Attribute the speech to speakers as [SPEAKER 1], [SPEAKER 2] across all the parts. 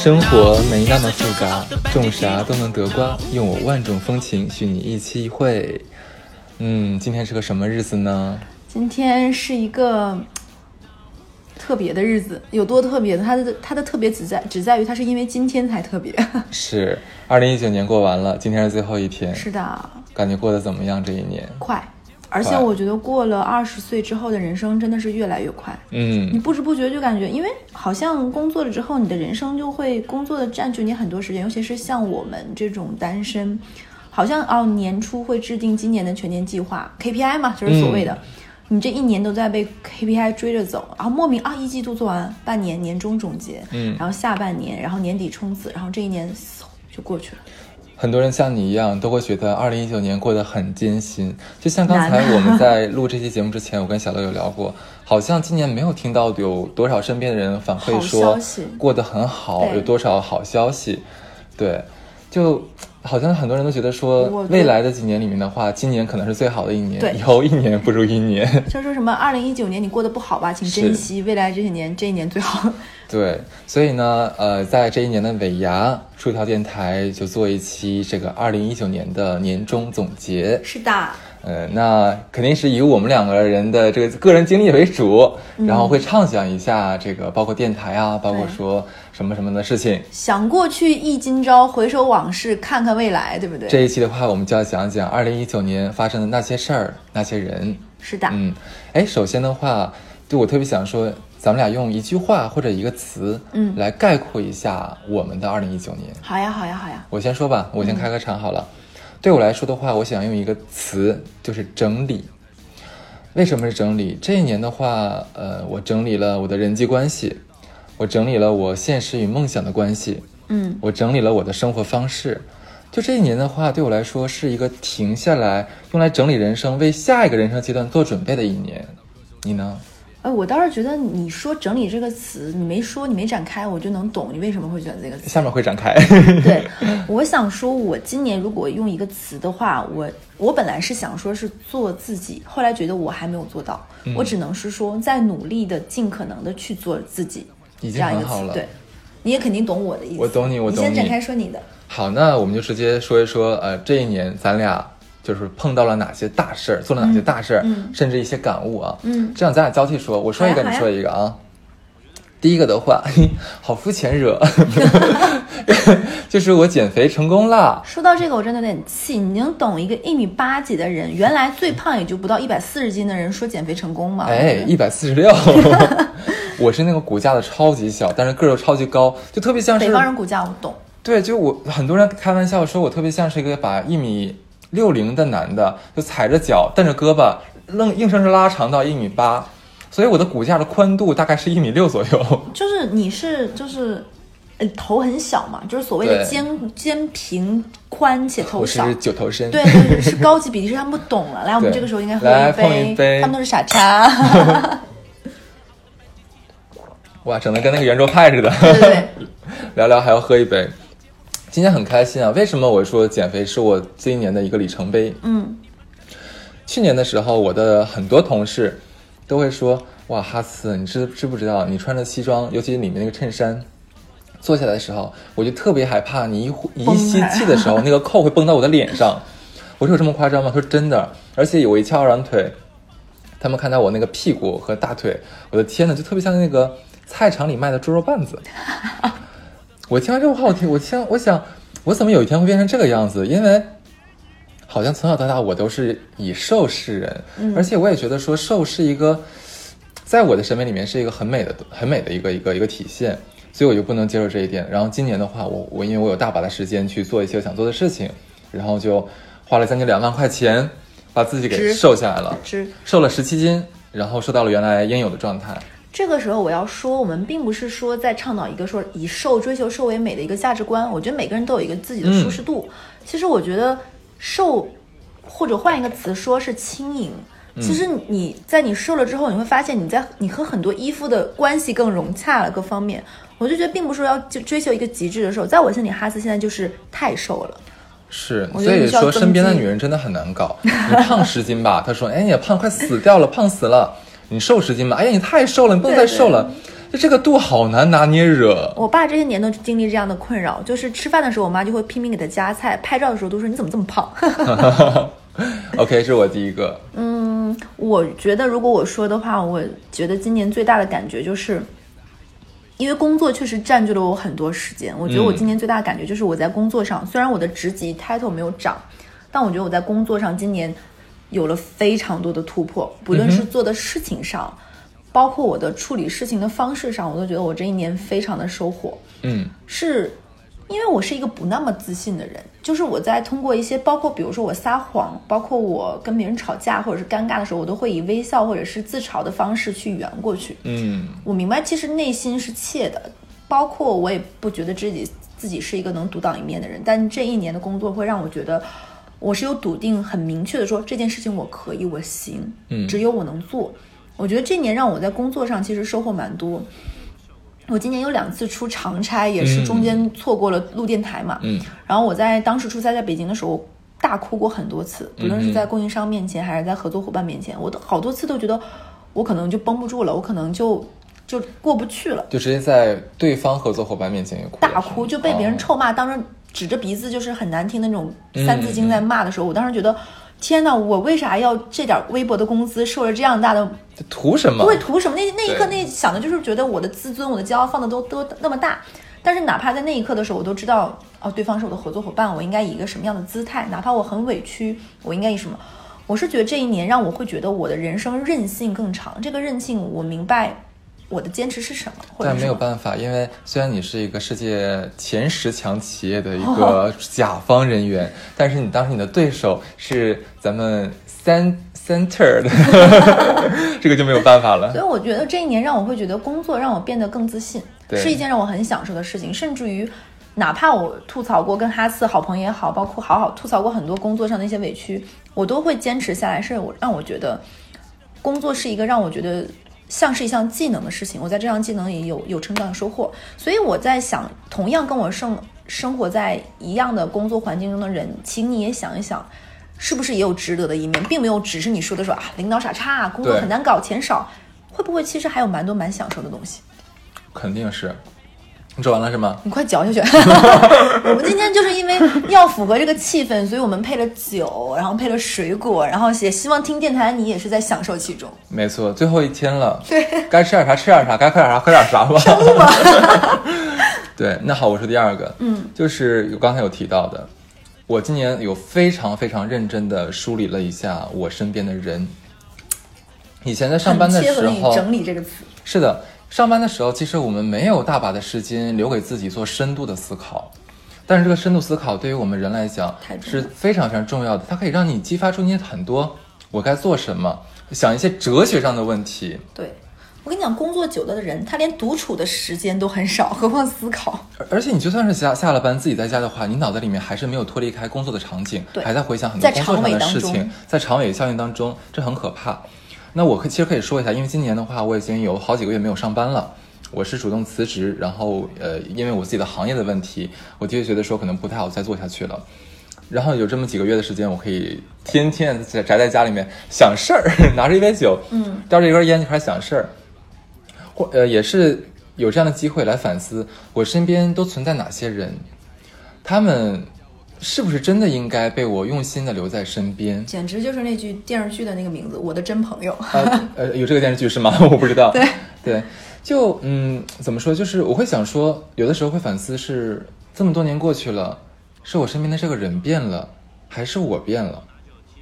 [SPEAKER 1] 生活没那么复杂，种啥都能得瓜。用我万种风情，许你一期一会。嗯，今天是个什么日子呢？
[SPEAKER 2] 今天是一个嗯特别的日子，有多特别呢？它的它的特别只在只在于它是因为今天才特别。
[SPEAKER 1] 是二零一九年过完了，今天是最后一天。
[SPEAKER 2] 是的，
[SPEAKER 1] 感觉过得怎么样？这一年？
[SPEAKER 2] 快，而且
[SPEAKER 1] 快
[SPEAKER 2] 我觉得过了二十岁之后的人生真的是越来越快。你
[SPEAKER 1] 嗯，
[SPEAKER 2] 不知不觉就感觉，因为好像工作了之后，你的人生就会工作的占据你很多时间，尤其是像我们这种单身，好像哦年初会制定今年的全年计划 KPI 嘛，就是所谓的，
[SPEAKER 1] 嗯
[SPEAKER 2] 你这一年都在被 KPI 追着走，然后莫名啊一季度做完，半年年终总结，
[SPEAKER 1] 嗯
[SPEAKER 2] 然后下半年，然后年底冲刺，然后这一年嗖就过去了。
[SPEAKER 1] 很多人像你一样，都会觉得二零一九年过得很艰辛。就像刚才
[SPEAKER 2] 难啊
[SPEAKER 1] 我们在录这期节目之前，我跟小乐有聊过，好像今年没有听到有多少身边的人反馈
[SPEAKER 2] 好
[SPEAKER 1] 说
[SPEAKER 2] 消息
[SPEAKER 1] 过得很好，
[SPEAKER 2] 对
[SPEAKER 1] 有多少好消息。对，就好像很多人都觉得说
[SPEAKER 2] 我，
[SPEAKER 1] 未来的几年里面的话，今年可能是最好的一年，
[SPEAKER 2] 对
[SPEAKER 1] 以后一年不如一年。
[SPEAKER 2] 就是说什么二零一九年你过得不好吧，请珍
[SPEAKER 1] 是
[SPEAKER 2] 惜未来这些年，这一年最好。
[SPEAKER 1] 对，所以呢，呃，在这一年的尾牙，出条电台就做一期这个二零一九年的年终总结。
[SPEAKER 2] 是的，
[SPEAKER 1] 呃，那肯定是以我们两个人的这个个人经历为主，然后会畅想一下这个，包括电台啊，包括
[SPEAKER 2] 嗯对
[SPEAKER 1] 说什么什么的事情。
[SPEAKER 2] 想过去忆今朝，回首往事，看看未来，对不对？
[SPEAKER 1] 这一期的话，我们就要讲讲二零一九年发生的那些事儿、那些人。
[SPEAKER 2] 是的，
[SPEAKER 1] 嗯，哎，首先的话，就我特别想说，咱们俩用一句话或者一个词，
[SPEAKER 2] 嗯
[SPEAKER 1] 来概括一下我们的二零一九年。
[SPEAKER 2] 好呀，好呀，好呀，
[SPEAKER 1] 我先说吧，我先开个场好了。对我来说的话，我想用一个词，就是整理。为什么是整理？这一年的话，呃，我整理了我的人际关系，我整理了我现实与梦想的关系，
[SPEAKER 2] 嗯，
[SPEAKER 1] 我整理了我的生活方式。就这一年的话，对我来说是一个停下来用来整理人生，为下一个人生阶段做准备的一年。你呢？
[SPEAKER 2] 哎，我倒是觉得你说“整理”这个词，你没说，你没展开，我就能懂你为什么会选这 个词。
[SPEAKER 1] 下面会展开。
[SPEAKER 2] 对，我想说，我今年如果用一个词的话，我我本来是想说是做自己，后来觉得我还没有做到，
[SPEAKER 1] 嗯
[SPEAKER 2] 我只能是说在努力的、尽可能的去做自己，
[SPEAKER 1] 已经
[SPEAKER 2] 这样一
[SPEAKER 1] 很
[SPEAKER 2] 个
[SPEAKER 1] 好
[SPEAKER 2] 词
[SPEAKER 1] 了
[SPEAKER 2] 对，你也肯定懂我的意思。
[SPEAKER 1] 我懂你我懂
[SPEAKER 2] 先展
[SPEAKER 1] 你
[SPEAKER 2] 开说你的。
[SPEAKER 1] 好，那我们就直接说一说，呃，这一年咱俩就是碰到了哪些大事儿，做了哪些大事儿，
[SPEAKER 2] 嗯
[SPEAKER 1] 甚至一些感悟啊。
[SPEAKER 2] 嗯
[SPEAKER 1] 这样咱俩交替说，我说一个，
[SPEAKER 2] 好呀
[SPEAKER 1] 你说一个啊。第一个的话，好肤浅 惹，就是我减肥成功啦。
[SPEAKER 2] 说到这个，我真的有点气。你能懂一个一米八几的人，原来最胖也就不到一百四十斤的人说减肥成功吗？
[SPEAKER 1] 哎，一百四十六， 我是那个骨架子超级小，但是个儿又超级高，就特别像是
[SPEAKER 2] 北方人骨架我懂，
[SPEAKER 1] 对，就我很多人开玩笑说我特别像是一个把一米六零的男的，就踩着脚蹬着胳膊，愣硬生生拉长到一米八，所以我的骨架的宽度大概是一米六左右。
[SPEAKER 2] 就是你是就是，呃，头很小嘛，就是所谓的
[SPEAKER 1] 对
[SPEAKER 2] 肩肩平宽且头
[SPEAKER 1] 我
[SPEAKER 2] 小。
[SPEAKER 1] 是九头身。
[SPEAKER 2] 对，对，是高级比例，是他们不懂了。来，我们
[SPEAKER 1] 对
[SPEAKER 2] 这个时候应该
[SPEAKER 1] 来
[SPEAKER 2] 喝
[SPEAKER 1] 碰一杯
[SPEAKER 2] 他们都是傻叉。
[SPEAKER 1] 哇，整的跟那个圆桌派似的。
[SPEAKER 2] 对对对，
[SPEAKER 1] 聊聊还要喝一杯，今天很开心啊！为什么我说减肥是我今年的一个里程碑？
[SPEAKER 2] 嗯，
[SPEAKER 1] 去年的时候，我的很多同事都会说：“哇，哈斯，你知知不知道，你穿着西装，尤其里面那个衬衫，坐下来的时候，我就特别害怕，你一呼你一吸气的时候，那个扣会蹦到我的脸上。” 我说：“有这么夸张吗？”他说：“真的。”而且我一翘二郎腿，他们看到我那个屁股和大腿，我的天呐，就特别像那个菜场里卖的猪肉拌子。我听完这个话，我听我听我想，我怎么有一天会变成这个样子？因为好像从小到大我都是以瘦示人，而且我也觉得说瘦是一个，在我的审美里面是一个很美的、很美的一个一个一个体现，所以我就不能接受这一点。然后今年的话，我我因为我有大把的时间去做一些我想做的事情，然后就花了将近两万块钱把自己给
[SPEAKER 2] 值
[SPEAKER 1] 瘦下来了，
[SPEAKER 2] 之
[SPEAKER 1] 瘦了十七斤，然后瘦到了原来应有的状态。
[SPEAKER 2] 这个时候我要说，我们并不是说在倡导一个说以瘦追求瘦为美的一个价值观。我觉得每个人都有一个自己的舒适度。其实我觉得瘦，或者换一个词说是轻盈。其实你在你瘦了之后，你会发现你在你和很多衣服的关系更融洽了，各方面。我就觉得并不是说要就追求一个极致的瘦，在我心里，哈斯现在就是太瘦了。
[SPEAKER 1] 是，
[SPEAKER 2] 我觉
[SPEAKER 1] 所
[SPEAKER 2] 得
[SPEAKER 1] 以
[SPEAKER 2] 你需要
[SPEAKER 1] 说
[SPEAKER 2] 增
[SPEAKER 1] 身边的
[SPEAKER 2] 肌
[SPEAKER 1] 女人真的很难搞。你胖十斤吧，她说：“哎，你也胖，快死掉了，胖死了。”你瘦十斤吧，哎呀，你太瘦了，你不能再
[SPEAKER 2] 对
[SPEAKER 1] 瘦了。就这个度好难拿捏惹。
[SPEAKER 2] 我爸这些年都经历这样的困扰，就是吃饭的时候，我妈就会拼命给他夹菜，拍照的时候都说你怎么这么胖。
[SPEAKER 1] OK，这是我第一个，
[SPEAKER 2] 嗯，我觉得如果我说的话，我觉得今年最大的感觉就是，因为工作确实占据了我很多时间。我觉得我
[SPEAKER 1] 嗯
[SPEAKER 2] 今年最大的感觉就是我在工作上，虽然我的职级 title 没有涨，但我觉得我在工作上今年有了非常多的突破，不论是做的事情上，包括我的处理事情的方式上，我都觉得我这一年非常的收获。
[SPEAKER 1] 嗯
[SPEAKER 2] 是因为我是一个不那么自信的人，就是我在通过一些，包括比如说我撒谎，包括我跟别人吵架或者是尴尬的时候，我都会以微笑或者是自嘲的方式去圆过去。
[SPEAKER 1] 嗯
[SPEAKER 2] 我明白，其实内心是怯的，包括我也不觉得自己自己是一个能独当一面的人，但这一年的工作会让我觉得。我是有笃定、很明确的说这件事情我可以，我行，
[SPEAKER 1] 嗯
[SPEAKER 2] 只有我能做。我觉得这一年让我在工作上其实收获蛮多。我今年有两次出长差，也是中间错过了录电台嘛，
[SPEAKER 1] 嗯
[SPEAKER 2] 然后我在当时出差在北京的时候，大哭过很多次，不论
[SPEAKER 1] 嗯
[SPEAKER 2] 是
[SPEAKER 1] 哼
[SPEAKER 2] 在供应商面前还是在合作伙伴面前，我都好多次都觉得我可能就绷不住了，我可能就就过不去了，
[SPEAKER 1] 就直接在对方合作伙伴面前也哭了，
[SPEAKER 2] 大哭就被别人
[SPEAKER 1] 哦嗯
[SPEAKER 2] 臭骂，当时指着鼻子就是很难听的那种三字经在骂的时候，我当时觉得。天呐，我为啥要这点微薄的工资，受了这样大的
[SPEAKER 1] 这图什么
[SPEAKER 2] 不？会图什么？那那一刻，
[SPEAKER 1] 对
[SPEAKER 2] 那想的就是觉得我的自尊、我的骄傲放的都都那么大。但是哪怕在那一刻的时候，我都知道哦，对方是我的合作伙伴，我应该以一个什么样的姿态？哪怕我很委屈，我应该以什么？我是觉得这一年让我会觉得我的人生韧性更长。这个韧性，我明白我的坚持是什么，或者
[SPEAKER 1] 但
[SPEAKER 2] 是
[SPEAKER 1] 没有
[SPEAKER 2] 什么
[SPEAKER 1] 办法，因为虽然你是一个世界前十强企业的一
[SPEAKER 2] 哦
[SPEAKER 1] 个甲方人员， 但是你当时你的对手是咱们三 center 的， 这个就没有办法了
[SPEAKER 2] 所。以我觉得这一年让我会觉得工作让我变得更自信，
[SPEAKER 1] 对
[SPEAKER 2] 是一件让我很享受的事情。甚至于，哪怕我吐槽过跟哈次好朋友也好，包括好好吐槽过很多工作上的一些委屈，我都会坚持下来。是我让我觉得，工作是一个让我觉得像是一项技能的事情。我在这项技能也有有成长有收获，所以我在想，同样跟我生生活在一样的工作环境中的人，请你也想一想。是不是也有值得的一面，并没有只是你说的说啊，领导傻叉啊，工作
[SPEAKER 1] 对
[SPEAKER 2] 很难搞，钱少，会不会其实还有蛮多蛮享受的东西？
[SPEAKER 1] 肯定是。你说完了是吗？
[SPEAKER 2] 你快嚼 下去！我们今天就是因为要符合这个气氛，所以我们配了酒，然后配了水果，然后也希望听电台的你也是在享受其中。
[SPEAKER 1] 没错，最后一天 了，该吃点啥吃点啥，该喝点啥喝点啥吧。 对，那好，我说第二个，嗯，就是有刚才有提到的，我今年有非常非常认真的梳理了一下我身边的人。以前在上班的
[SPEAKER 2] 很切合
[SPEAKER 1] 时
[SPEAKER 2] 你
[SPEAKER 1] 候，
[SPEAKER 2] 整理这个词，
[SPEAKER 1] 是的，上班的时候，其实我们没有大把的时间留给自己做深度的思考，但是这个深度思考对于我们人来讲
[SPEAKER 2] 太重要
[SPEAKER 1] 是
[SPEAKER 2] 了
[SPEAKER 1] 非常非常重要的，它可以让你激发出你很多我该做什么，想一些哲学上的问题。
[SPEAKER 2] 对。我跟你讲，工作久了的人，他连独处的时间都很少，何况思考。
[SPEAKER 1] 而而且你就算是下下了班自己在家的话，你脑袋里面还是没有脱离开工作的场景，
[SPEAKER 2] 对
[SPEAKER 1] 还在回想很多
[SPEAKER 2] 在
[SPEAKER 1] 工作上
[SPEAKER 2] 长尾
[SPEAKER 1] 的
[SPEAKER 2] 当
[SPEAKER 1] 事
[SPEAKER 2] 中
[SPEAKER 1] 情，在长尾效应当中，这很可怕。那我可其实可以说一下，因为今年的话，我已经有好几个月没有上班了。我是主动辞职，然后呃，因为我自己的行业的问题，我的确觉得说可能不太好再做下去了。然后有这么几个月的时间，我可以天天地宅在家里面想事儿， 拿着一杯酒，嗯，叼着一根烟就开始想事儿，或呃也是有这样的机会来反思我身边都存在哪些人，他们是不是真的应该被我用心的留在身边？
[SPEAKER 2] 简直就是那句电视剧的那个名字，《我的真朋友》。
[SPEAKER 1] 呃呃，有这个电视剧是吗？ 我不知道。
[SPEAKER 2] 对
[SPEAKER 1] 对，就嗯，怎么说？就是我会想说，有的时候会反思是这么多年过去了，是我身边的这个人变了，还是我变了？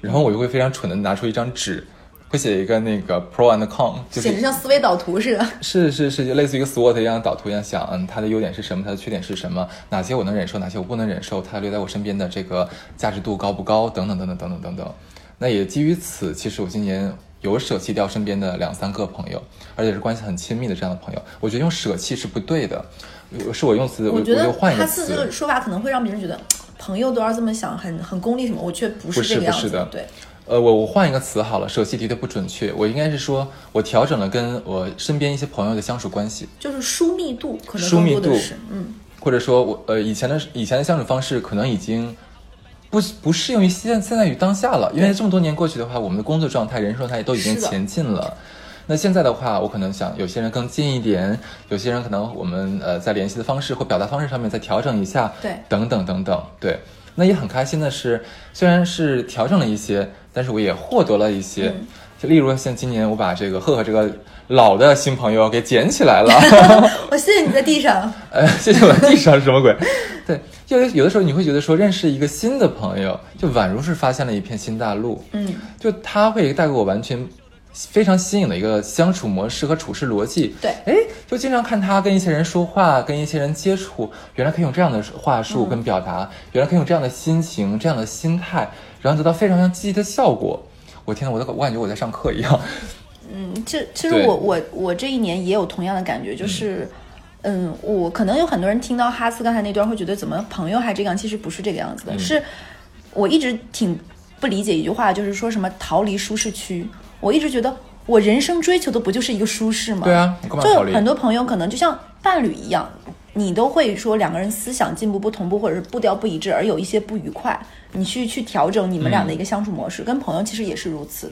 [SPEAKER 1] 然后我就会非常蠢的拿出一张纸，会写一个那个 pro and con，就是
[SPEAKER 2] 简直像思维导图似的。
[SPEAKER 1] 是是是，就类似于一个 SWOT 一样的导图一样想，嗯，它的优点是什么，它的缺点是什么，哪些我能忍受，哪些我不能忍受，它留在我身边的这个价值度高不高，等等等等等等等等。那也基于此，其实我今年有舍弃掉身边的两三个朋友，而且是关系很亲密的这样的朋友。我觉得用舍弃是不对的，呃是我用词，我
[SPEAKER 2] 我觉
[SPEAKER 1] 我
[SPEAKER 2] 得
[SPEAKER 1] 就换一
[SPEAKER 2] 哈
[SPEAKER 1] 个
[SPEAKER 2] 次
[SPEAKER 1] 词。
[SPEAKER 2] 这个说法可能会让别人觉得朋友都要这么想，很很功利什么，我却不
[SPEAKER 1] 不
[SPEAKER 2] 是
[SPEAKER 1] 是
[SPEAKER 2] 这个样子。
[SPEAKER 1] 不是的
[SPEAKER 2] 对，
[SPEAKER 1] 呃，我我换一个词好了，舍弃的确不准确，我应该是说我调整了跟我身边一些朋友的相处关系。
[SPEAKER 2] 就是疏密度可能
[SPEAKER 1] 疏
[SPEAKER 2] 更
[SPEAKER 1] 密
[SPEAKER 2] 多
[SPEAKER 1] 度
[SPEAKER 2] 的是，嗯，
[SPEAKER 1] 或者说我呃以前的以前的相处方式可能已经不不适用于现在现在与当下了，因为这么多年过去的话，我们的工作状态、人生状态也都已经
[SPEAKER 2] 是的
[SPEAKER 1] 前进了。那现在的话，我可能想有些人更近一点，有些人可能我们呃在联系的方式或表达方式上面再调整一下，
[SPEAKER 2] 对
[SPEAKER 1] 等等等等，对。那也很开心的是，虽然是调整了一些，但是我也获得了一些。
[SPEAKER 2] 嗯
[SPEAKER 1] 就例如像今年我把这个赫赫这个老的新朋友给捡起来了，
[SPEAKER 2] 我谢谢你在地上，
[SPEAKER 1] 呃， 谢谢我地上是什么鬼？对，有的有的时候你会觉得说认识一个新的朋友，就宛如是发现了一片新大陆。
[SPEAKER 2] 嗯，
[SPEAKER 1] 就他会带给我完全非常新颖的一个相处模式和处事逻辑。
[SPEAKER 2] 对
[SPEAKER 1] 哎，就经常看他跟一些人说话，跟一些人接触，原来可以用这样的话术
[SPEAKER 2] 嗯
[SPEAKER 1] 跟表达，原来可以用这样的心情、这样的心态，然后得到非常非常积极的效果。我天呐，我都我感觉我在上课一样。
[SPEAKER 2] 嗯，其实其实
[SPEAKER 1] 对
[SPEAKER 2] 我我我这一年也有同样的感觉，就是，嗯，我可能有很多人听到哈斯刚才那段会觉得怎么朋友还这样，其实不是这个样子的，
[SPEAKER 1] 嗯
[SPEAKER 2] 是我一直挺不理解一句话，就是说什么逃离舒适区，我一直觉得我人生追求的不就是一个舒适吗？
[SPEAKER 1] 对啊，你干嘛
[SPEAKER 2] 就
[SPEAKER 1] 考虑？
[SPEAKER 2] 很多朋友可能就像伴侣一样，你都会说两个人思想进步不同步，或者是步调不一致，而有一些不愉快，你去去调整你们俩的一个相处模式。跟朋友其实也是如此。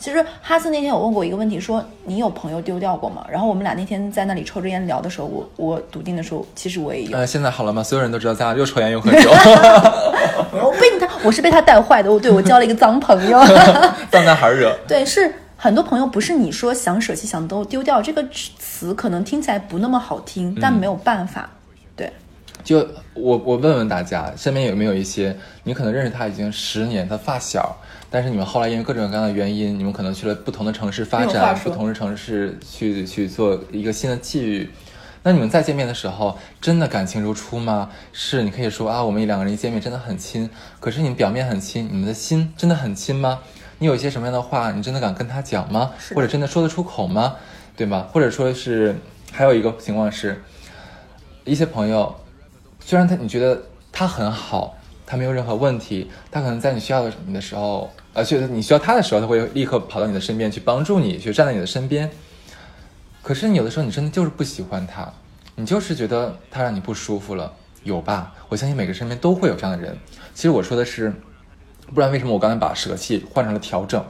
[SPEAKER 2] 其实哈斯那天有问过一个问题，说你有朋友丢掉过吗？然后我们俩那天在那里抽着烟聊的时候，我我笃定的说，其实我也有。
[SPEAKER 1] 呃，现在好了吗？所有人都知道咱俩又抽烟 又喝酒，
[SPEAKER 2] 我被他，我是被他带坏的。我对我交了一个脏朋友。
[SPEAKER 1] 脏男孩惹。
[SPEAKER 2] 对，是很多朋友不是你说想舍弃、想都丢掉这个词，可能听起来不那么好听，但没有办法。对，
[SPEAKER 1] 就我我问问大家，身边有没有一些你可能认识他已经十年，他发小，但是你们后来因为各种各样的原因，你们可能去了不同的城市发
[SPEAKER 2] 没有话
[SPEAKER 1] 展，
[SPEAKER 2] 说
[SPEAKER 1] 不同的城市去去做一个新的际遇。那你们再见面的时候，真的感情如初吗？是，你可以说啊，我们两个人一见面真的很亲，可是你们表面很亲，你们的心真的很亲吗？你有一些什么样的话，你真的敢跟他讲吗？
[SPEAKER 2] 是的
[SPEAKER 1] 或者真的说得出口吗？对吗？或者说是还有一个情况是，一些朋友，虽然他你觉得他很好，他没有任何问题，他可能在你需要的你的时候，呃，觉得你需要他的时候，他会立刻跑到你的身边去帮助你，去站在你的身边。可是你有的时候你真的就是不喜欢他，你就是觉得他让你不舒服了，有吧？我相信每个身边都会有这样的人。其实我说的是，不然为什么我刚才把舍弃换成了调整，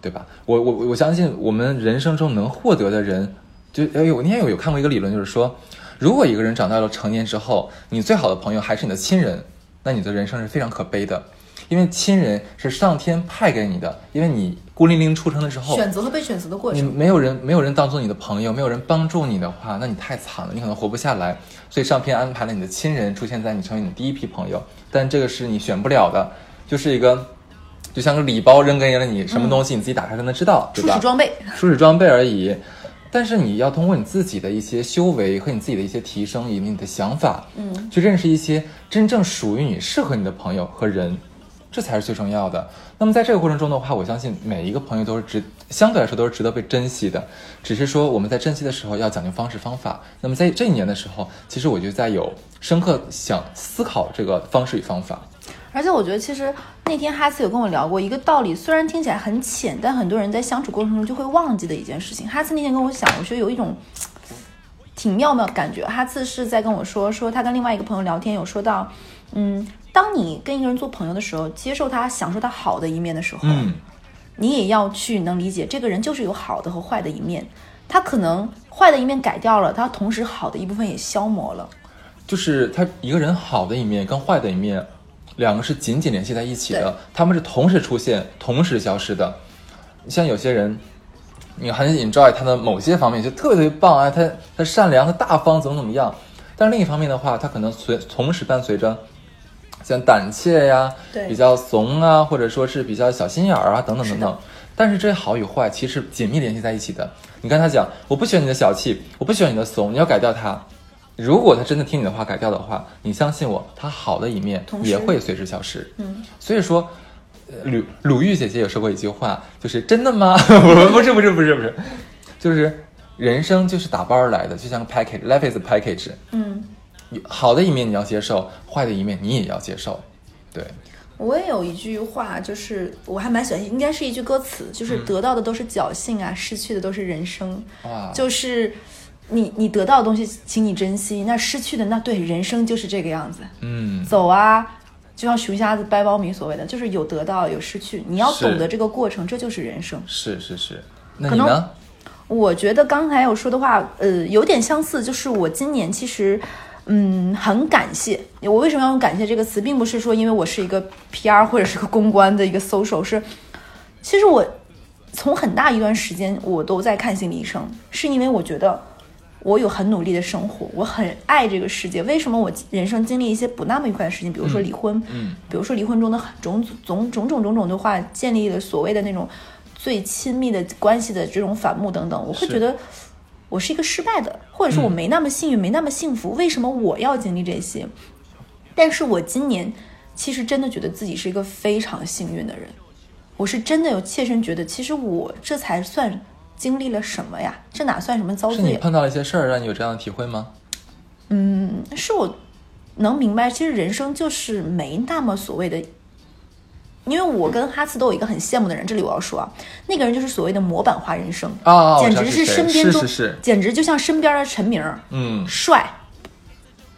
[SPEAKER 1] 对吧？我我我相信我们人生中能获得的人，就哎有那天有有看过一个理论，就是说，如果一个人长到了成年之后，你最好的朋友还是你的亲人，那你的人生是非常可悲的。因为亲人是上天派给你的，因为你孤零零出生了之后，
[SPEAKER 2] 选择和被选择的过
[SPEAKER 1] 你
[SPEAKER 2] 程。
[SPEAKER 1] 没有人没有人当做你的朋友，没有人帮助你的话，那你太惨了，你可能活不下来。所以上天安排了你的亲人出现在你成为你第一批朋友，但这个是你选不了的，就是一个就像个礼包扔给了你，什
[SPEAKER 2] 嗯
[SPEAKER 1] 么东西你自己打开才能知道，对
[SPEAKER 2] 初
[SPEAKER 1] 吧？
[SPEAKER 2] 始装备，
[SPEAKER 1] 初始装备而已。但是你要通过你自己的一些修为和你自己的一些提升，以及你的想法，嗯，去认识一些真正属于你、适合你的朋友和人，这才是最重要的。那么在这个过程中的话，我相信每一个朋友都是值，相对来说都是值得被珍惜的。只是说我们在珍惜的时候要讲究方式方法。那么在这一年的时候，其实我就在有深刻想思考这个方式与方法。
[SPEAKER 2] 而且我觉得其实那天哈斯有跟我聊过一个道理，虽然听起来很浅，但很多人在相处过程中就会忘记的一件事情。哈斯那天跟我讲，我觉得有一种挺妙妙的感觉。哈次是在跟我说，说他跟另外一个朋友聊天，有说到，嗯，当你跟一个人做朋友的时候，接受他、享受他好的一面的时候，
[SPEAKER 1] 嗯，
[SPEAKER 2] 你也要去能理解这个人就是有好的和坏的一面，他可能坏的一面改掉了，他同时好的一部分也消磨了。
[SPEAKER 1] 就是他一个人好的一面跟坏的一面，两个是紧紧联系在一起
[SPEAKER 2] 对
[SPEAKER 1] 的，他们是同时出现、同时消失的。像有些人，你很 enjoy 他的某些方面，就特别特别棒啊，他他善良，他大方，怎么怎么样。但是另一方面的话，他可能随同时伴随着像胆怯呀、
[SPEAKER 2] 对
[SPEAKER 1] 比较怂啊，或者说是比较小心眼儿啊，等等等等。但是这好与坏其实紧密联系在一起的。你跟他讲，我不喜欢你的小气，我不喜欢你的怂，你要改掉他。如果他真的听你的话改掉的话，你相信我，他好的一面
[SPEAKER 2] 同时
[SPEAKER 1] 也会随之消失。
[SPEAKER 2] 嗯，
[SPEAKER 1] 所以说，呃鲁鲁豫姐姐有说过一句话，就是真的吗？ 不是不是不是不是，就是人生就是打包而来的，就像个 package，life is a package。
[SPEAKER 2] 嗯，
[SPEAKER 1] 有好的一面你要接受，坏的一面你也要接受。对，
[SPEAKER 2] 我也有一句话，就是我还蛮喜欢，应该是一句歌词，就是得到的都是侥幸啊，失去的都是人生。
[SPEAKER 1] 哇，
[SPEAKER 2] 就是你你得到的东西，请你珍惜；那失去的，那对人生就是这个样子。
[SPEAKER 1] 嗯，
[SPEAKER 2] 走啊，就像熊瞎子掰苞米所谓的，就是有得到有失去，你要
[SPEAKER 1] 是
[SPEAKER 2] 懂得这个过程，这就是人生。
[SPEAKER 1] 是是是。那
[SPEAKER 2] 可
[SPEAKER 1] 你
[SPEAKER 2] 能
[SPEAKER 1] 呢？
[SPEAKER 2] 我觉得刚才我说的话，呃，有点相似，就是我今年其实。嗯，很感谢。我为什么要用“感谢”这个词，并不是说因为我是一个 PR 或者是个公关的一个 social，是其实我从很大一段时间我都在看心理医生，是因为我觉得我有很努力的生活，我很爱这个世界。为什么我人生经历一些不那么愉快的事情，比如说离婚，
[SPEAKER 1] 嗯嗯
[SPEAKER 2] 比如说离婚中的种种种种种种的话，建立了所谓的那种最亲密的关系的这种反目等等，我会
[SPEAKER 1] 是
[SPEAKER 2] 觉得。我是一个失败的，或者说我
[SPEAKER 1] 嗯
[SPEAKER 2] 没那么幸运，没那么幸福，为什么我要经历这些？但是我今年其实真的觉得自己是一个非常幸运的人，我是真的有切身觉得，其实我这才算经历了什么呀？这哪算什么遭
[SPEAKER 1] 是你
[SPEAKER 2] 罪？
[SPEAKER 1] 碰到了一些事儿，让你有这样的体会吗？
[SPEAKER 2] 嗯，是我能明白，其实人生就是没那么所谓的。因为我跟哈茨都有一个很羡慕的人，这里我要说啊，那个人就是所谓的模板化人生，
[SPEAKER 1] 啊，
[SPEAKER 2] 简
[SPEAKER 1] 我
[SPEAKER 2] 直
[SPEAKER 1] 知道谁
[SPEAKER 2] 身边
[SPEAKER 1] 是
[SPEAKER 2] 中，
[SPEAKER 1] 是是，
[SPEAKER 2] 简直就像身边的陈明儿，
[SPEAKER 1] 嗯，
[SPEAKER 2] 帅，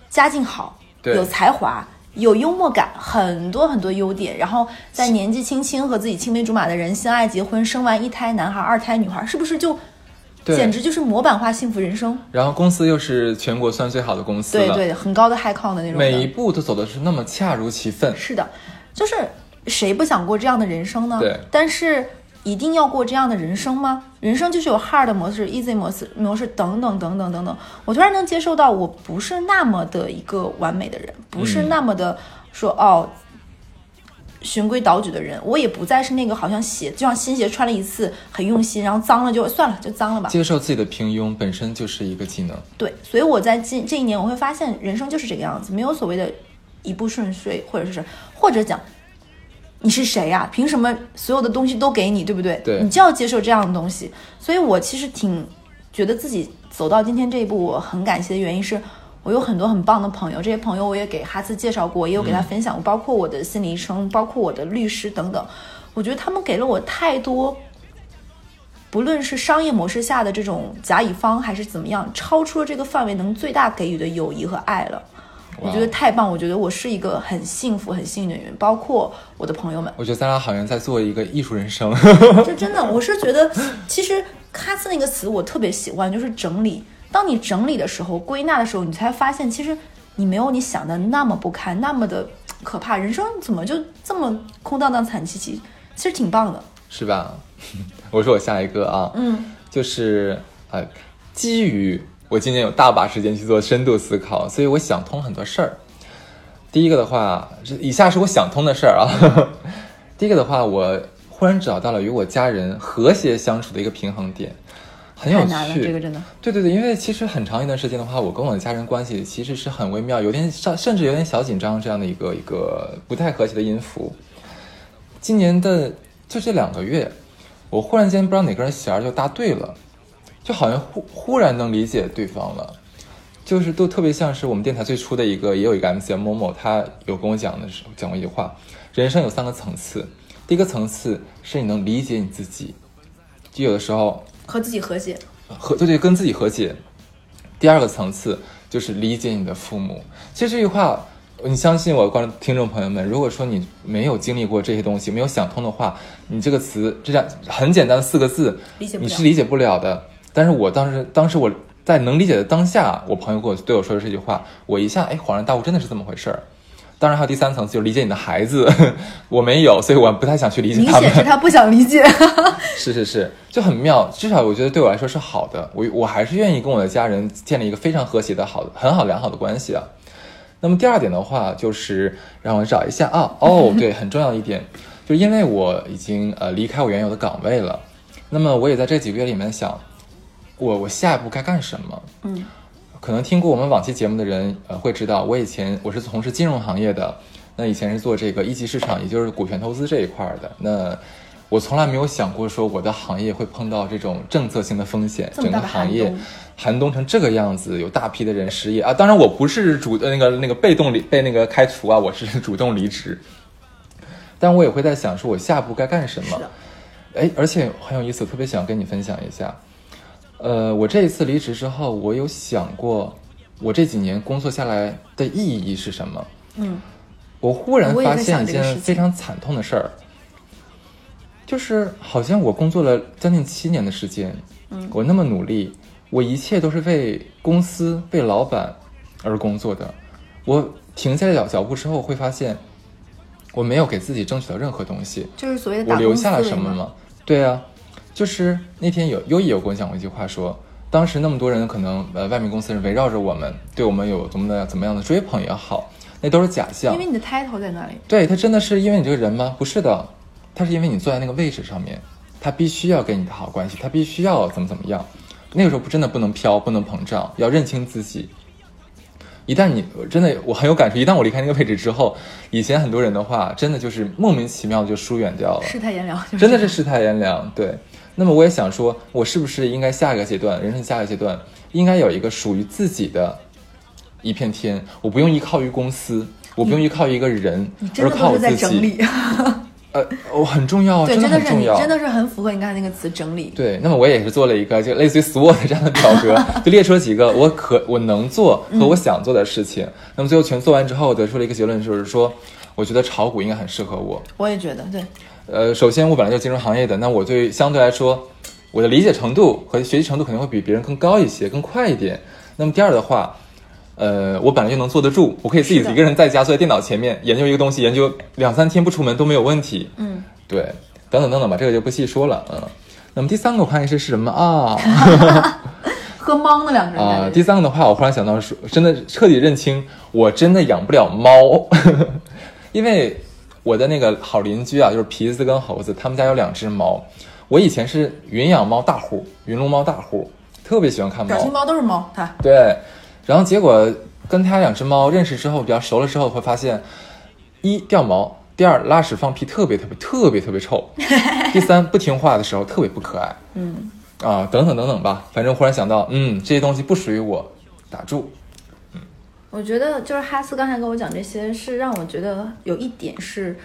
[SPEAKER 2] 家境好，
[SPEAKER 1] 对
[SPEAKER 2] 有才华，有幽默感，很多很多优点。然后在年纪轻轻和自己青梅竹马的人相爱结婚，生完一胎男孩，二胎女孩，是不是就
[SPEAKER 1] 对
[SPEAKER 2] 简直就是模板化幸福人生？
[SPEAKER 1] 然后公司又是全国算最好的公司
[SPEAKER 2] 对
[SPEAKER 1] 了，
[SPEAKER 2] 对，很高的 high con 的那种的。
[SPEAKER 1] 每一步都走的是那么恰如其分，
[SPEAKER 2] 是的，就是谁不想过这样的人生呢？
[SPEAKER 1] 对
[SPEAKER 2] 但是一定要过这样的人生吗？人生就是有 hard 模式、easy 模式、模式等等等等等等。我突然能接受到，我不是那么的一个完美的人，不是
[SPEAKER 1] 嗯
[SPEAKER 2] 那么的说、哦。循规蹈矩的人，我也不再是那个好像鞋，就像新鞋穿了一次很用心，然后脏了就算了，就脏了吧。
[SPEAKER 1] 接受自己的平庸本身就是一个技能。
[SPEAKER 2] 对，所以我在今这一年，我会发现人生就是这个样子，没有所谓的一步顺遂，或者是或者讲你是谁呀、凭什么所有的东西都给你，对不对？
[SPEAKER 1] 对
[SPEAKER 2] 你就要接受这样的东西。所以我其实挺觉得自己走到今天这一步，我很感谢的原因是。我有很多很棒的朋友，这些朋友我也给哈斯介绍过，也有给他分享过，包括我的心理医生，包括我的律师等等。我觉得他们给了我太多不论是商业模式下的这种甲乙方，还是怎么样，超出了这个范围能最大给予的友谊和爱了。我
[SPEAKER 1] 哇
[SPEAKER 2] 觉得太棒，我觉得我是一个很幸福、很幸运的人，包括我的朋友们。
[SPEAKER 1] 我觉得咱俩好像在做一个艺术人生，
[SPEAKER 2] 这真的，我是觉得，其实“咔呲”那个词我特别喜欢，就是整理。当你整理的时候、归纳的时候，你才发现，其实你没有你想的那么不堪，那么的可怕。人生怎么就这么空荡荡、惨兮兮？其实挺棒的。
[SPEAKER 1] 是吧？ 我说我下一个啊，
[SPEAKER 2] 嗯，
[SPEAKER 1] 就是呃，基于我今年有大把时间去做深度思考，所以我想通很多事儿。第一个的话，这以下是我想通的事儿啊。 第一个的话，我忽然找到了与我家人和谐相处的一个平衡点，很有趣。
[SPEAKER 2] 太难了，这个真的。
[SPEAKER 1] 对对对，因为其实很长一段时间的话，我跟我的家人关系其实是很微妙，有点甚甚至有点小紧张这样的一个一个不太和谐的音符。今年的就这两个月，我忽然间不知道哪根弦儿就搭对了，就好像忽忽然能理解对方了，就是都特别像是我们电台最初的一个，也有一个 MC 某某，他有跟我讲的是讲过一句话：人生有三个层次，第一个层次是你能理解你自己，就有的时候
[SPEAKER 2] 和自己和解，
[SPEAKER 1] 和对对，跟自己和解。第二个层次就是理解你的父母。其实这句话，你相信我，观众听众朋友们，如果说你没有经历过这些东西，没有想通的话，你这个词这样很简单的四个字，
[SPEAKER 2] 理解不
[SPEAKER 1] 你
[SPEAKER 2] 了
[SPEAKER 1] 是理解不了的。但是我当时，当时我在能理解的当下，我朋友给我对我说的这句话，我一下哎恍然大悟，真的是这么回事儿。当然还有第三层次，就是理解你的孩子， 我没有，所以我不太想去理解
[SPEAKER 2] 明
[SPEAKER 1] 他们
[SPEAKER 2] 显。是他不想理解。
[SPEAKER 1] 是是是，就很妙。至少我觉得对我来说是好的，我我还是愿意跟我的家人建立一个非常和谐的好的很好良好的关系啊。那么第二点的话，就是让我找一下啊，哦，对，很重要一点，就是因为我已经呃离开我原有的岗位了，那么我也在这几个月里面想，我我下一步该干什么？
[SPEAKER 2] 嗯，
[SPEAKER 1] 可能听过我们往期节目的人，呃，会知道我以前我是从事金融行业的，那以前是做这个一级市场，也就是股权投资这一块儿的。那我从来没有想过说我的行业会碰到这种政策性的风险，
[SPEAKER 2] 这么
[SPEAKER 1] 整
[SPEAKER 2] 大
[SPEAKER 1] 个
[SPEAKER 2] 的
[SPEAKER 1] 行
[SPEAKER 2] 寒
[SPEAKER 1] 业
[SPEAKER 2] 冬
[SPEAKER 1] 寒冬成这个样子，有大批的人失业啊。当然，我不是主呃那个那个被动离被那个开除啊，我是 主动离职。但我也会在想，说我下一步该干什么
[SPEAKER 2] 是的？
[SPEAKER 1] 哎，而且很有意思，我特别想跟你分享一下。呃，我这一次离职之后，我有想过，我这几年工作下来的意义是什么？
[SPEAKER 2] 嗯，
[SPEAKER 1] 我忽然
[SPEAKER 2] 我也在
[SPEAKER 1] 发现
[SPEAKER 2] 想
[SPEAKER 1] 一
[SPEAKER 2] 这个事
[SPEAKER 1] 件
[SPEAKER 2] 情
[SPEAKER 1] 非常惨痛的事儿，就是好像我工作了将近七年的时间，嗯，我那么努力，我一切都是为公司、为老板而工作的。我停下来脚脚步之后，会发现我没有给自己争取到任何东西。
[SPEAKER 2] 就是所谓的
[SPEAKER 1] 我
[SPEAKER 2] 打
[SPEAKER 1] 留
[SPEAKER 2] 工
[SPEAKER 1] 下了
[SPEAKER 2] 思维
[SPEAKER 1] 什么
[SPEAKER 2] 嘛
[SPEAKER 1] 吗？对啊，就是那天有优也有跟我讲过一句话说，当时那么多人可能呃外面公司人围绕着我们，对我们有怎么的怎么样的追捧也好，那都是假象
[SPEAKER 2] 因为。你的 title 在那里，
[SPEAKER 1] 对他真的是因为你这个人吗？不是的，他是因为你坐在那个位置上面，他必须要给你的好关系，他必须要怎么怎么样。那个时候不真的不能飘，不能膨胀，要认清自己。一旦你我真的我很有感触，一旦我离开那个位置之后，以前很多人的话，真的就是莫名其妙地就疏远掉了。
[SPEAKER 2] 世态炎凉，就是
[SPEAKER 1] 真的是世态炎凉。对，那么我也想说，我是不是应该下一个阶段，人生下一个阶段应该有一个属于自己的一片天，我不用依靠于公司，我不用依靠于一个人
[SPEAKER 2] 你，真
[SPEAKER 1] 而
[SPEAKER 2] 的
[SPEAKER 1] 靠
[SPEAKER 2] 都
[SPEAKER 1] 我
[SPEAKER 2] 是在
[SPEAKER 1] 自
[SPEAKER 2] 整
[SPEAKER 1] 己。
[SPEAKER 2] 理，
[SPEAKER 1] 呃，我很重要啊，
[SPEAKER 2] 对，
[SPEAKER 1] 的
[SPEAKER 2] 真的
[SPEAKER 1] 很
[SPEAKER 2] 是
[SPEAKER 1] 重
[SPEAKER 2] 你
[SPEAKER 1] 要，
[SPEAKER 2] 真的是很符合你刚才那个词整理，
[SPEAKER 1] 对，那么我也是做了一个就类似于 SWOT 这样的表格，就列出了几个我可我能做和
[SPEAKER 2] 嗯
[SPEAKER 1] 我想做的事情。那么最后全做完之后，得出了一个结论，就是说，我觉得炒股应该很适合我。
[SPEAKER 2] 我也觉得对，
[SPEAKER 1] 呃，首先我本来就是金融行业的，那我对相对来说，我的理解程度和学习程度肯定会比别人更高一些，更快一点。那么第二的话，呃，我本来就能坐得住，我可以自己
[SPEAKER 2] 是的
[SPEAKER 1] 一个人在家坐在电脑前面研究一个东西，研究两三天不出门都没有问题。
[SPEAKER 2] 嗯，
[SPEAKER 1] 对，等等等等吧，这个就不细说了。嗯，那么第三个我看是什么啊？
[SPEAKER 2] 喝懵的两个人
[SPEAKER 1] 啊、
[SPEAKER 2] 感觉
[SPEAKER 1] 第三个的话，我忽然想到说，真的彻底认清，我真的养不了猫， 因为我的那个好邻居啊，就是皮子跟猴子，他们家有两只猫。我以前是云养猫大户，云龙猫大户，特别喜欢看猫
[SPEAKER 2] 表。情包都是猫，它
[SPEAKER 1] 对，然后结果跟他两只猫认识之后，比较熟了之后，会发现，一掉毛，第二拉屎放屁特别特别特别特别臭，第三不听话的时候特别不可爱。
[SPEAKER 2] 嗯，
[SPEAKER 1] 啊，等等等等吧，反正忽然想到，嗯，这些东西不属于我，打住。
[SPEAKER 2] 我觉得就是哈斯刚才跟我讲这些，是让我觉得有一点是。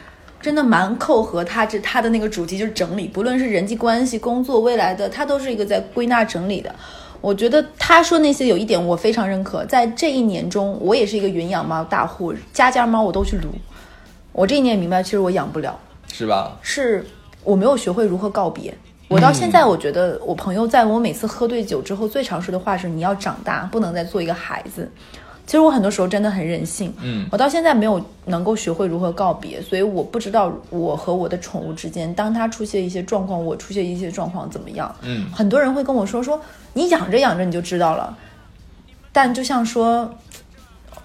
[SPEAKER 2] 真的蛮扣合他这他的那个主题，就是整理，不论是人际关系、工作、未来的，他都是一个在归纳整理的。我觉得他说那些有一点我非常认可，在这一年中，我也是一个云养猫大户，家家猫我都去撸。我这一年也明白，其实我养不了，
[SPEAKER 1] 是吧？
[SPEAKER 2] 是我没有学会如何告别。我到现
[SPEAKER 1] 嗯
[SPEAKER 2] 在，我觉得我朋友在我每次喝醉酒之后最常说的话是：“你要长大，不能再做一个孩子。”其实我很多时候真的很任性，
[SPEAKER 1] 嗯
[SPEAKER 2] 我到现在没有能够学会如何告别，所以我不知道我和我的宠物之间，当它出现一些状况，我出现一些状况怎么样。
[SPEAKER 1] 嗯
[SPEAKER 2] 很多人会跟我说说你养着养着你就知道了，但就像说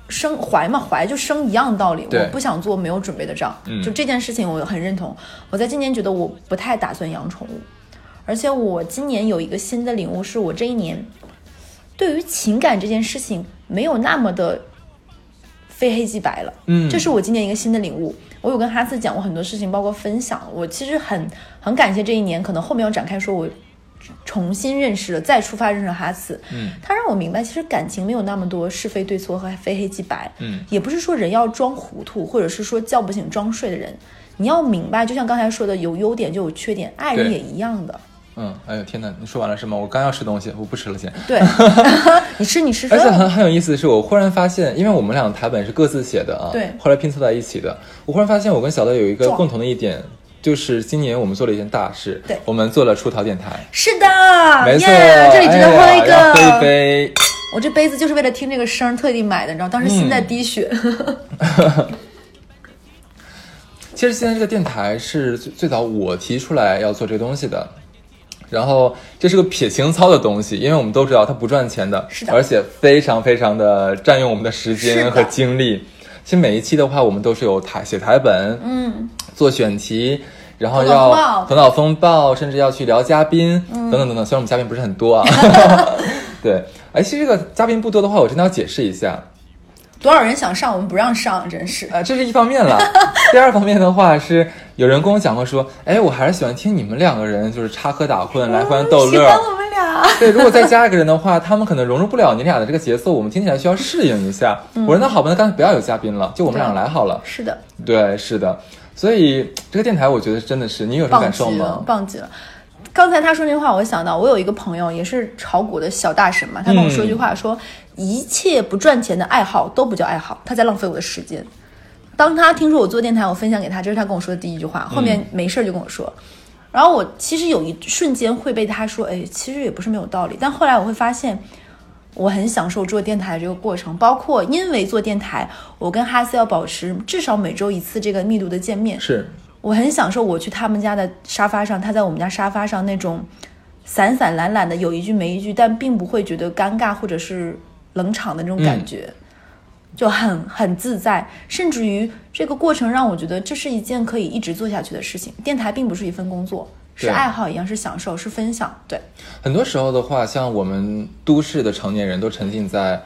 [SPEAKER 2] 生怀嘛，怀就生一样道理。
[SPEAKER 1] 对
[SPEAKER 2] 我不想做没有准备的账，
[SPEAKER 1] 嗯
[SPEAKER 2] 就这件事情我很认同。我在今年觉得我不太打算养宠物，而且我今年有一个新的领悟，是我这一年对于情感这件事情没有那么的非黑即白了。
[SPEAKER 1] 嗯
[SPEAKER 2] 这是我今年一个新的领悟。我有跟哈斯讲过很多事情，包括分享。我其实很很感谢这一年，可能后面要展开说，我重新认识了，再出发认识了哈斯。
[SPEAKER 1] 嗯，
[SPEAKER 2] 他让我明白，其实感情没有那么多是非对错和非黑即白。
[SPEAKER 1] 嗯，
[SPEAKER 2] 也不是说人要装糊涂，或者是说叫不醒装睡的人。你要明白，就像刚才说的，有优点就有缺点，爱人
[SPEAKER 1] 对
[SPEAKER 2] 也一样的。
[SPEAKER 1] 嗯，哎呦天哪，你说完了是吗？我刚要吃东西，我不吃了先。
[SPEAKER 2] 对，你吃你吃
[SPEAKER 1] 而
[SPEAKER 2] 饭
[SPEAKER 1] 且很很有意思的是，我忽然发现，因为我们俩台本是各自写的啊，
[SPEAKER 2] 对
[SPEAKER 1] 后来拼凑在一起的。我忽然发现，我跟小乐有一个
[SPEAKER 2] 撞
[SPEAKER 1] 共同的一点，就是今年我们做了一件大事，
[SPEAKER 2] 对
[SPEAKER 1] 我们做了出逃电台。
[SPEAKER 2] 是的，
[SPEAKER 1] 没错，
[SPEAKER 2] 耶这里值得喝
[SPEAKER 1] 哎
[SPEAKER 2] 一
[SPEAKER 1] 呀
[SPEAKER 2] 个。
[SPEAKER 1] 要喝一杯。
[SPEAKER 2] 我这杯子就是为了听这个声儿特地买的，你知道，当时心在滴血。
[SPEAKER 1] 其实现在这个电台是最最早我提出来要做这个东西的，然后这是个撇情操的东西，因为我们都知道它不赚钱的，
[SPEAKER 2] 是的
[SPEAKER 1] 而且非常非常的占用我们的时
[SPEAKER 2] 是
[SPEAKER 1] 间
[SPEAKER 2] 的
[SPEAKER 1] 和精力。其实每一期的话，我们都是有台写台本，
[SPEAKER 2] 嗯，
[SPEAKER 1] 做选题，然后
[SPEAKER 2] 头脑风
[SPEAKER 1] 要
[SPEAKER 2] 暴嗯
[SPEAKER 1] 头脑风暴，甚至要去聊嘉宾、等等等等。虽然我们嘉宾不是很多 啊， 对，哎，其实这个嘉宾不多的话，我真的要解释一下，
[SPEAKER 2] 多少人想上，我们不让上，真是。
[SPEAKER 1] 啊，这是一方面 了。第二方面的话是，有人跟我讲过说，哎，我还是喜欢听你们两个人就是插科打诨、来欢逗
[SPEAKER 2] 嗯 喜
[SPEAKER 1] 乐
[SPEAKER 2] 欢
[SPEAKER 1] 儿。
[SPEAKER 2] 我们俩。
[SPEAKER 1] 对，如果再加一个人的话，他们可能融入不了你俩的这个节奏，我们听起来需要适应一下。
[SPEAKER 2] 嗯
[SPEAKER 1] 我说那好吧，那干脆不要有嘉宾了，就我们俩来好了。
[SPEAKER 2] 是的，
[SPEAKER 1] 对，是的。所以这个电台，我觉得真的是你有什么
[SPEAKER 2] 棒
[SPEAKER 1] 感受
[SPEAKER 2] 极了
[SPEAKER 1] 吗，？
[SPEAKER 2] 棒极了。刚才他说那话，我想到我有一个朋友也是炒股的小大神嘛，他跟我说一句
[SPEAKER 1] 嗯
[SPEAKER 2] 话说，一切不赚钱的爱好都不叫爱好，他在浪费我的时间。
[SPEAKER 1] 嗯
[SPEAKER 2] 当他听说我做电台，我分享给他，这是他跟我说的第一句话。后面没事儿就跟我说，然后我其实有一瞬间会被他说，哎，其实也不是没有道理。但后来我会发现，我很享受做电台这个过程，包括因为做电台，我跟哈斯要保持至少每周一次这个密度的见面。
[SPEAKER 1] 是，
[SPEAKER 2] 我很享受我去他们家的沙发上，他在我们家沙发上那种散散懒懒的，有一句没一句，但并不会觉得尴尬或者是冷场的那种感觉，就很很自在。甚至于这个过程让我觉得这是一件可以一直做下去的事情。电台并不是一份工作，是
[SPEAKER 1] 对
[SPEAKER 2] 爱好一样，是享受，是分享。对，
[SPEAKER 1] 很多时候的话，像我们都市的成年人都沉浸在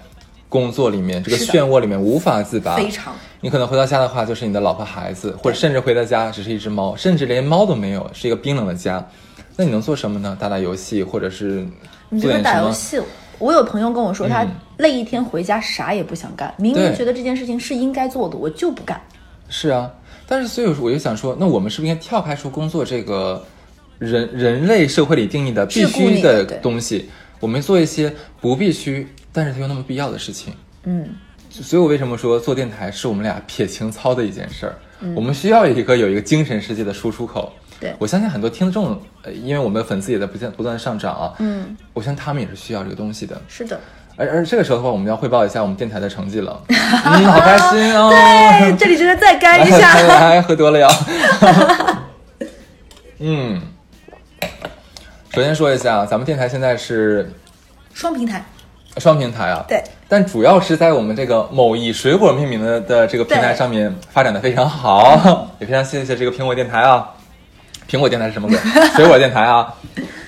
[SPEAKER 1] 工作里面这个
[SPEAKER 2] 是的
[SPEAKER 1] 漩涡里面无法自拔，
[SPEAKER 2] 非常。
[SPEAKER 1] 你可能回到家的话，就是你的老婆、孩子，或者甚至回到家只是一只猫，甚至连猫都没有，是一个冰冷的家。那你能做什么呢？打打游戏，或者是
[SPEAKER 2] 你
[SPEAKER 1] 做
[SPEAKER 2] 觉
[SPEAKER 1] 点
[SPEAKER 2] 得打
[SPEAKER 1] 什
[SPEAKER 2] 游
[SPEAKER 1] 么？
[SPEAKER 2] 戏？我有朋友跟我说，他累一天回家啥也不想干，明明
[SPEAKER 1] 对
[SPEAKER 2] 觉得这件事情是应该做的，我就不干。
[SPEAKER 1] 是啊，但是所以我就想说，那我们是不是应该跳开出工作这个人人类社会里定义的必
[SPEAKER 2] 桎梏
[SPEAKER 1] 须
[SPEAKER 2] 你的
[SPEAKER 1] 的
[SPEAKER 2] 对
[SPEAKER 1] 东西，我们做一些不必须，但是它又那么必要的事情？
[SPEAKER 2] 嗯，
[SPEAKER 1] 所以我为什么说做电台是我们俩撇情操的一件事儿？我们需要一个有一个精神世界的输出口。
[SPEAKER 2] 嗯对
[SPEAKER 1] 我相信很多听众，呃，因为我们的粉丝也在不断不断上涨啊，
[SPEAKER 2] 嗯，
[SPEAKER 1] 我相信他们也是需要这个东西的。
[SPEAKER 2] 是的。
[SPEAKER 1] 而而这个时候的话，我们要汇报一下我们电台的成绩 了，嗯，好开心哦！
[SPEAKER 2] 哎，这里值得再干一下。
[SPEAKER 1] 来 来来，喝多了 呀。嗯，首先说一下，啊咱们电台现在是
[SPEAKER 2] 双平台，
[SPEAKER 1] 双平台啊，
[SPEAKER 2] 对，
[SPEAKER 1] 但主要是在我们这个某以水果命名的的这个平台
[SPEAKER 2] 对
[SPEAKER 1] 上面发展的非常 好，也非常谢谢这个苹果电台啊，苹果电台是什 么鬼？水果电台啊，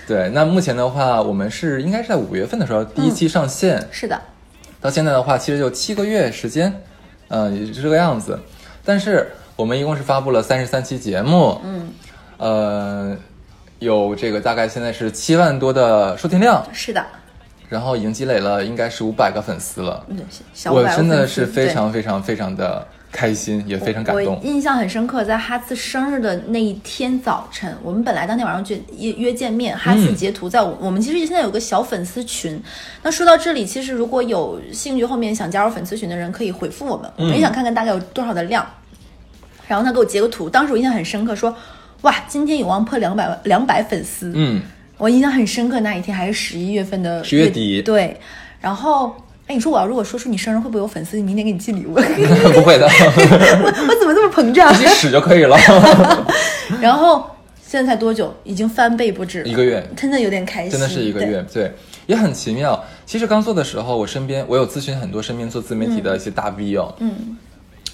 [SPEAKER 1] 对，那目前的话，我们是应该是在五月份的时候第一期上线，
[SPEAKER 2] 是的，
[SPEAKER 1] 到现在的话，其实就七个月时间，嗯、也是这个样子。但是我们一共是发布了三十三期节目，
[SPEAKER 2] 嗯，
[SPEAKER 1] 呃，有这个大概现在是七万多的收听量，
[SPEAKER 2] 是的，
[SPEAKER 1] 然后已经积累了应该是五百个粉丝了。
[SPEAKER 2] 嗯，小
[SPEAKER 1] 我
[SPEAKER 2] 五百
[SPEAKER 1] 真
[SPEAKER 2] 个
[SPEAKER 1] 的
[SPEAKER 2] 粉丝
[SPEAKER 1] 是非
[SPEAKER 2] 对
[SPEAKER 1] 常非常非常的开心，也非常感
[SPEAKER 2] 我
[SPEAKER 1] 动。
[SPEAKER 2] 印象很深刻，在哈茨生日的那一天早晨，我们本来当天晚上就约约见面，哈茨截图在我、我们其实现在有个小粉丝群。那说到这里，其实如果有兴趣后面想加入粉丝群的人，可以回复我们，我
[SPEAKER 1] 嗯
[SPEAKER 2] 们也想看看大概有多少的量。然后他给我截个图，当时我印象很深刻，说哇，今天有望破两百万两百粉丝，
[SPEAKER 1] 嗯，
[SPEAKER 2] 我印象很深刻，那一天还是十一月份的
[SPEAKER 1] 10月底
[SPEAKER 2] 对。然后，哎，你说我要如果说出你生日，会不会有粉丝明天给你寄礼物？我
[SPEAKER 1] 不会的，
[SPEAKER 2] 我怎么这么膨胀
[SPEAKER 1] 自？己使就可以了。
[SPEAKER 2] 然后现在才多久？已经翻倍不止了
[SPEAKER 1] 一个月
[SPEAKER 2] 真的有点开心，
[SPEAKER 1] 真的是一个月，对，也很奇妙。其实刚做的时候，我身边我有咨询很多身边做自媒体的一些大 V 哦，
[SPEAKER 2] 嗯，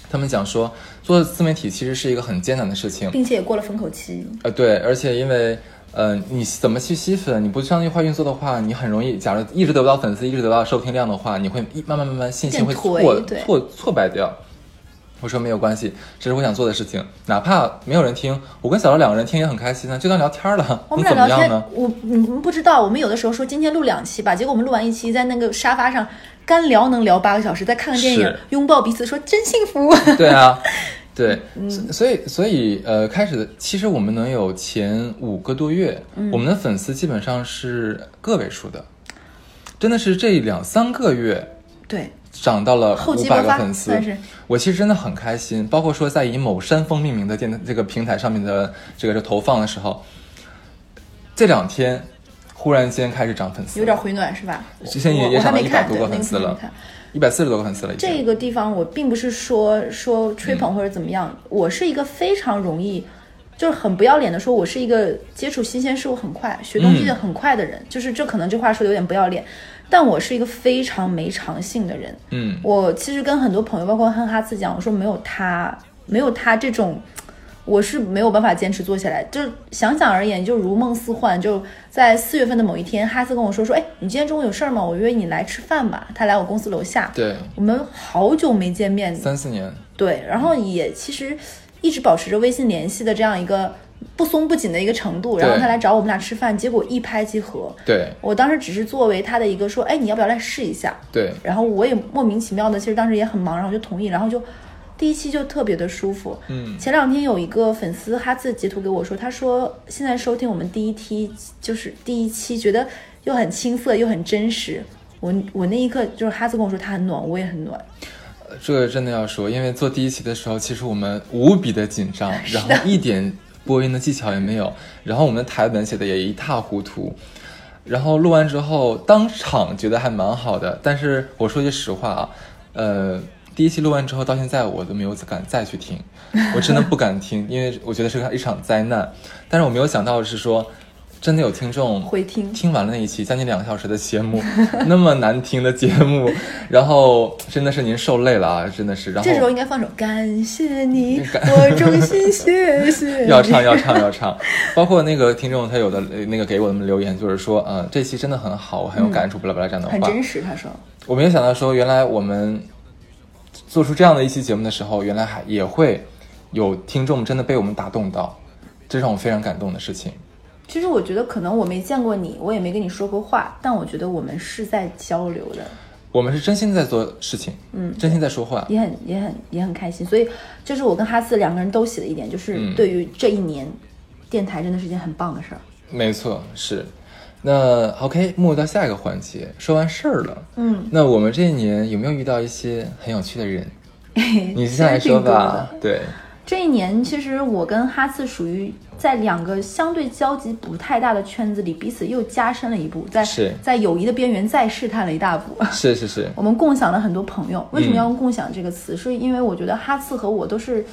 [SPEAKER 1] 他们讲说做自媒体其实是一个很艰难的事情
[SPEAKER 2] 对，，并且也过了风口期，
[SPEAKER 1] 呃，对，而且因为。呃，你怎么去吸粉？你不商业化运作的话，你很容易，假如一直得不到粉丝，一直得不到收听量的话，你会一慢慢慢慢信心会
[SPEAKER 2] 变颓
[SPEAKER 1] 挫
[SPEAKER 2] 对
[SPEAKER 1] 挫挫败掉。我说没有关系，这是我想做的事情，哪怕没有人听，我跟小赵两个人听也很开心啊，就当聊天了。
[SPEAKER 2] 我
[SPEAKER 1] 你
[SPEAKER 2] 们
[SPEAKER 1] 怎么
[SPEAKER 2] 俩聊
[SPEAKER 1] 样
[SPEAKER 2] 天
[SPEAKER 1] 呢？，
[SPEAKER 2] 我你们不知道，我们有的时候说今天录两期吧，结果我们录完一期，在那个沙发上干聊能聊八个小时，再看个电影
[SPEAKER 1] 是，
[SPEAKER 2] 拥抱彼此，说真幸福。
[SPEAKER 1] 对啊，对，
[SPEAKER 2] 嗯
[SPEAKER 1] 所所以所以呃，开始的其实我们能有前五个多月，
[SPEAKER 2] 嗯
[SPEAKER 1] 我们的粉丝基本上是个位数的，真的是这两三个月
[SPEAKER 2] 对，
[SPEAKER 1] 涨到了
[SPEAKER 2] 厚
[SPEAKER 1] 五
[SPEAKER 2] 积
[SPEAKER 1] 百
[SPEAKER 2] 薄
[SPEAKER 1] 个
[SPEAKER 2] 发
[SPEAKER 1] 粉丝
[SPEAKER 2] 算是，
[SPEAKER 1] 我其实真的很开心。包括说在以某山峰命名的电这个平台上面的这个投放的时候，这两天忽然间开始涨粉丝，
[SPEAKER 2] 有点回暖是吧？
[SPEAKER 1] 之前
[SPEAKER 2] 我
[SPEAKER 1] 也
[SPEAKER 2] 我
[SPEAKER 1] 也
[SPEAKER 2] 还
[SPEAKER 1] 涨到
[SPEAKER 2] 没
[SPEAKER 1] 一百
[SPEAKER 2] 看，
[SPEAKER 1] 多
[SPEAKER 2] 对
[SPEAKER 1] 个粉丝
[SPEAKER 2] 那个
[SPEAKER 1] 了
[SPEAKER 2] 没看。
[SPEAKER 1] 一百四十多个粉丝了已经。
[SPEAKER 2] 这个地方我并不是说说吹捧或者怎么样，我是一个非常容易，就是很不要脸的说，我是一个接触新鲜事物很快、学东西
[SPEAKER 1] 嗯
[SPEAKER 2] 很快的人，就是这可能这话说的有点不要脸，但我是一个非常没长性的人。
[SPEAKER 1] 嗯，
[SPEAKER 2] 我其实跟很多朋友，包括哼哈次讲，我说没有他，没有他这种，我是没有办法坚持做下来。就是想想而言，就如梦似幻。就在四月份的某一天，哈斯跟我说说，哎，你今天中午有事儿吗？我约你来吃饭吧。他来我公司楼下，
[SPEAKER 1] 对，
[SPEAKER 2] 我们好久没见面，
[SPEAKER 1] 三四年。
[SPEAKER 2] 对，然后也其实一直保持着微信联系的这样一个不松不紧的一个程度。然后
[SPEAKER 1] 对
[SPEAKER 2] 他来找我们俩吃饭，结果一拍即合。
[SPEAKER 1] 对
[SPEAKER 2] 我当时只是作为他的一个说，哎，你要不要来试一下？
[SPEAKER 1] 对，
[SPEAKER 2] 然后我也莫名其妙的，其实当时也很忙，然后就同意，然后就第一期就特别的舒服。
[SPEAKER 1] 嗯
[SPEAKER 2] 前两天有一个粉丝哈自截图给我说，他说现在收听我们第一期就是第一期，觉得又很青涩又很真实。我我那一刻就是哈斯跟我说他很暖，我也很暖。
[SPEAKER 1] 这个真的要说，因为做第一期的时候，其实我们无比的紧张，然后一点播音的技巧也没有，然后我们的台本写的也一塌糊涂。然后录完之后，当场觉得还蛮好的，但是我说句实话啊，呃，第一期录完之后到现在我都没有敢再去听，我真的不敢听，因为我觉得是个一场灾难。但是我没有想到的是说，真的有听众
[SPEAKER 2] 回听
[SPEAKER 1] 听完了那一期将近两个小时的节目， 那么难听的节目， 然后真的是您受累了啊，真的是。然后
[SPEAKER 2] 这时候应该放首《感谢你， 我衷心谢谢你》。
[SPEAKER 1] 要唱要唱要唱， 包括那个听众他有的呃那个给我们留言，就是说，嗯、这期真的很好，我很有感触，巴拉巴拉这样的话。
[SPEAKER 2] 嗯很真实，他说，
[SPEAKER 1] 我没有想到说，原来我们做出这样的一期节目的时候，原来还也会有听众真的被我们打动到，这让我非常感动的事情。
[SPEAKER 2] 其实我觉得可能我没见过你，我也没跟你说过话，但我觉得我们是在交流的，
[SPEAKER 1] 我们是真心在做事情，嗯，真心在说话，
[SPEAKER 2] 也很也很也很开心。所以这是我跟哈斯两个人都写的一点，
[SPEAKER 1] 嗯
[SPEAKER 2] 就是对于这一年，电台真的是件很棒的事儿。
[SPEAKER 1] 没错，是。那 OK，进入到下一个环节，说完事儿了，
[SPEAKER 2] 嗯，
[SPEAKER 1] 那我们这一年有没有遇到一些很有趣的人？你先来说吧，对，
[SPEAKER 2] 这一年，其实我跟哈次属于在两个相对交集不太大的圈子里，彼此又加深了一步，在
[SPEAKER 1] 是
[SPEAKER 2] 在友谊的边缘再试探了一大步。
[SPEAKER 1] 是是是，
[SPEAKER 2] 我们共享了很多朋
[SPEAKER 1] 嗯
[SPEAKER 2] 友，为什么要用“共享”这个词？是因为我觉得哈次和我都是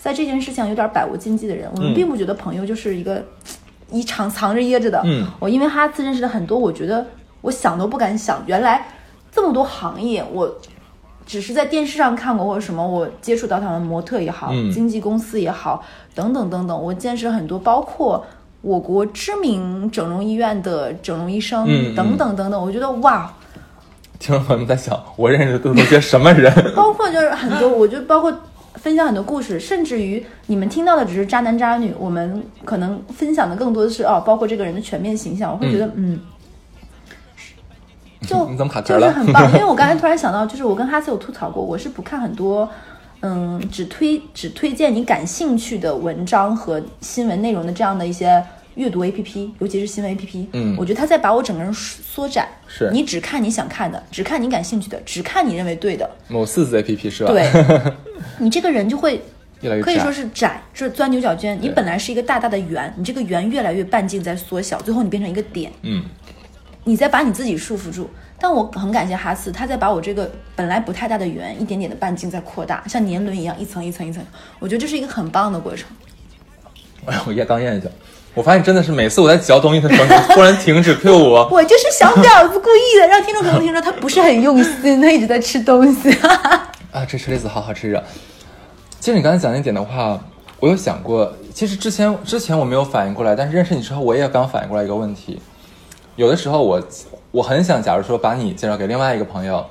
[SPEAKER 2] 在这件事情上有点百无禁忌
[SPEAKER 1] 嗯
[SPEAKER 2] 的人，我们并不觉得朋友就是一个一场藏着掖着的。
[SPEAKER 1] 嗯
[SPEAKER 2] 我因为哈次认识了很多，我觉得我想都不敢想，原来这么多行业我。只是在电视上看过或者什么，我接触到他们模特也好，
[SPEAKER 1] 嗯
[SPEAKER 2] 经纪公司也好，等等等等，我见识很多，包括我国知名整容医院的整容医生、
[SPEAKER 1] 嗯嗯
[SPEAKER 2] 等等等等，我觉得哇，
[SPEAKER 1] 听众朋友们在想，我认识的都是些什么人？
[SPEAKER 2] 包括就是很多，我就包括分享很多故事，甚至于你们听到的只是渣男渣女，我们可能分享的更多的是哦，包括这个人的全面形象，我会觉得嗯。就
[SPEAKER 1] 你怎么卡壳
[SPEAKER 2] 就
[SPEAKER 1] 了
[SPEAKER 2] 是很棒，因为我刚才突然想到，就是我跟哈斯有吐槽过，我是不看很多，嗯，只推只推荐你感兴趣的文章和新闻内容的这样的一些阅读 A P P，尤其是新闻 A P P，
[SPEAKER 1] 嗯
[SPEAKER 2] 我觉得他在把我整个人缩窄，
[SPEAKER 1] 是
[SPEAKER 2] 你只看你想看的，只看你感兴趣的，只看你认为对的，
[SPEAKER 1] 某四子 APP 是吧？
[SPEAKER 2] 对， 你这个人就会
[SPEAKER 1] 越来越
[SPEAKER 2] 可以
[SPEAKER 1] 窄
[SPEAKER 2] 说是窄，这钻牛角尖。你本来是一个大大的圆，你这个圆越来越半径在缩小，最后你变成一个点，
[SPEAKER 1] 嗯，
[SPEAKER 2] 你再把你自己束缚住。但我很感谢哈斯，他在把我这个本来不太大的圆，一点点的半径在扩大，像年轮一样一层一层一层。我觉得这是一个很棒的过程。
[SPEAKER 1] 哎，我咽刚咽下去，我发现真的是每次我在嚼东西的时候，你突然停止 Q 我，
[SPEAKER 2] 我就是小婊子，故意的让 听众朋友听说他不是很用心，他一直在吃东西。
[SPEAKER 1] 啊，这车厘子好好吃啊！其实你刚才讲那点的话，我有想过，其实之前之前我没有反应过来，但是认识你之后，我也刚反应过来一个问题。有的时候我我很想，假如说把你介绍给另外一个朋友，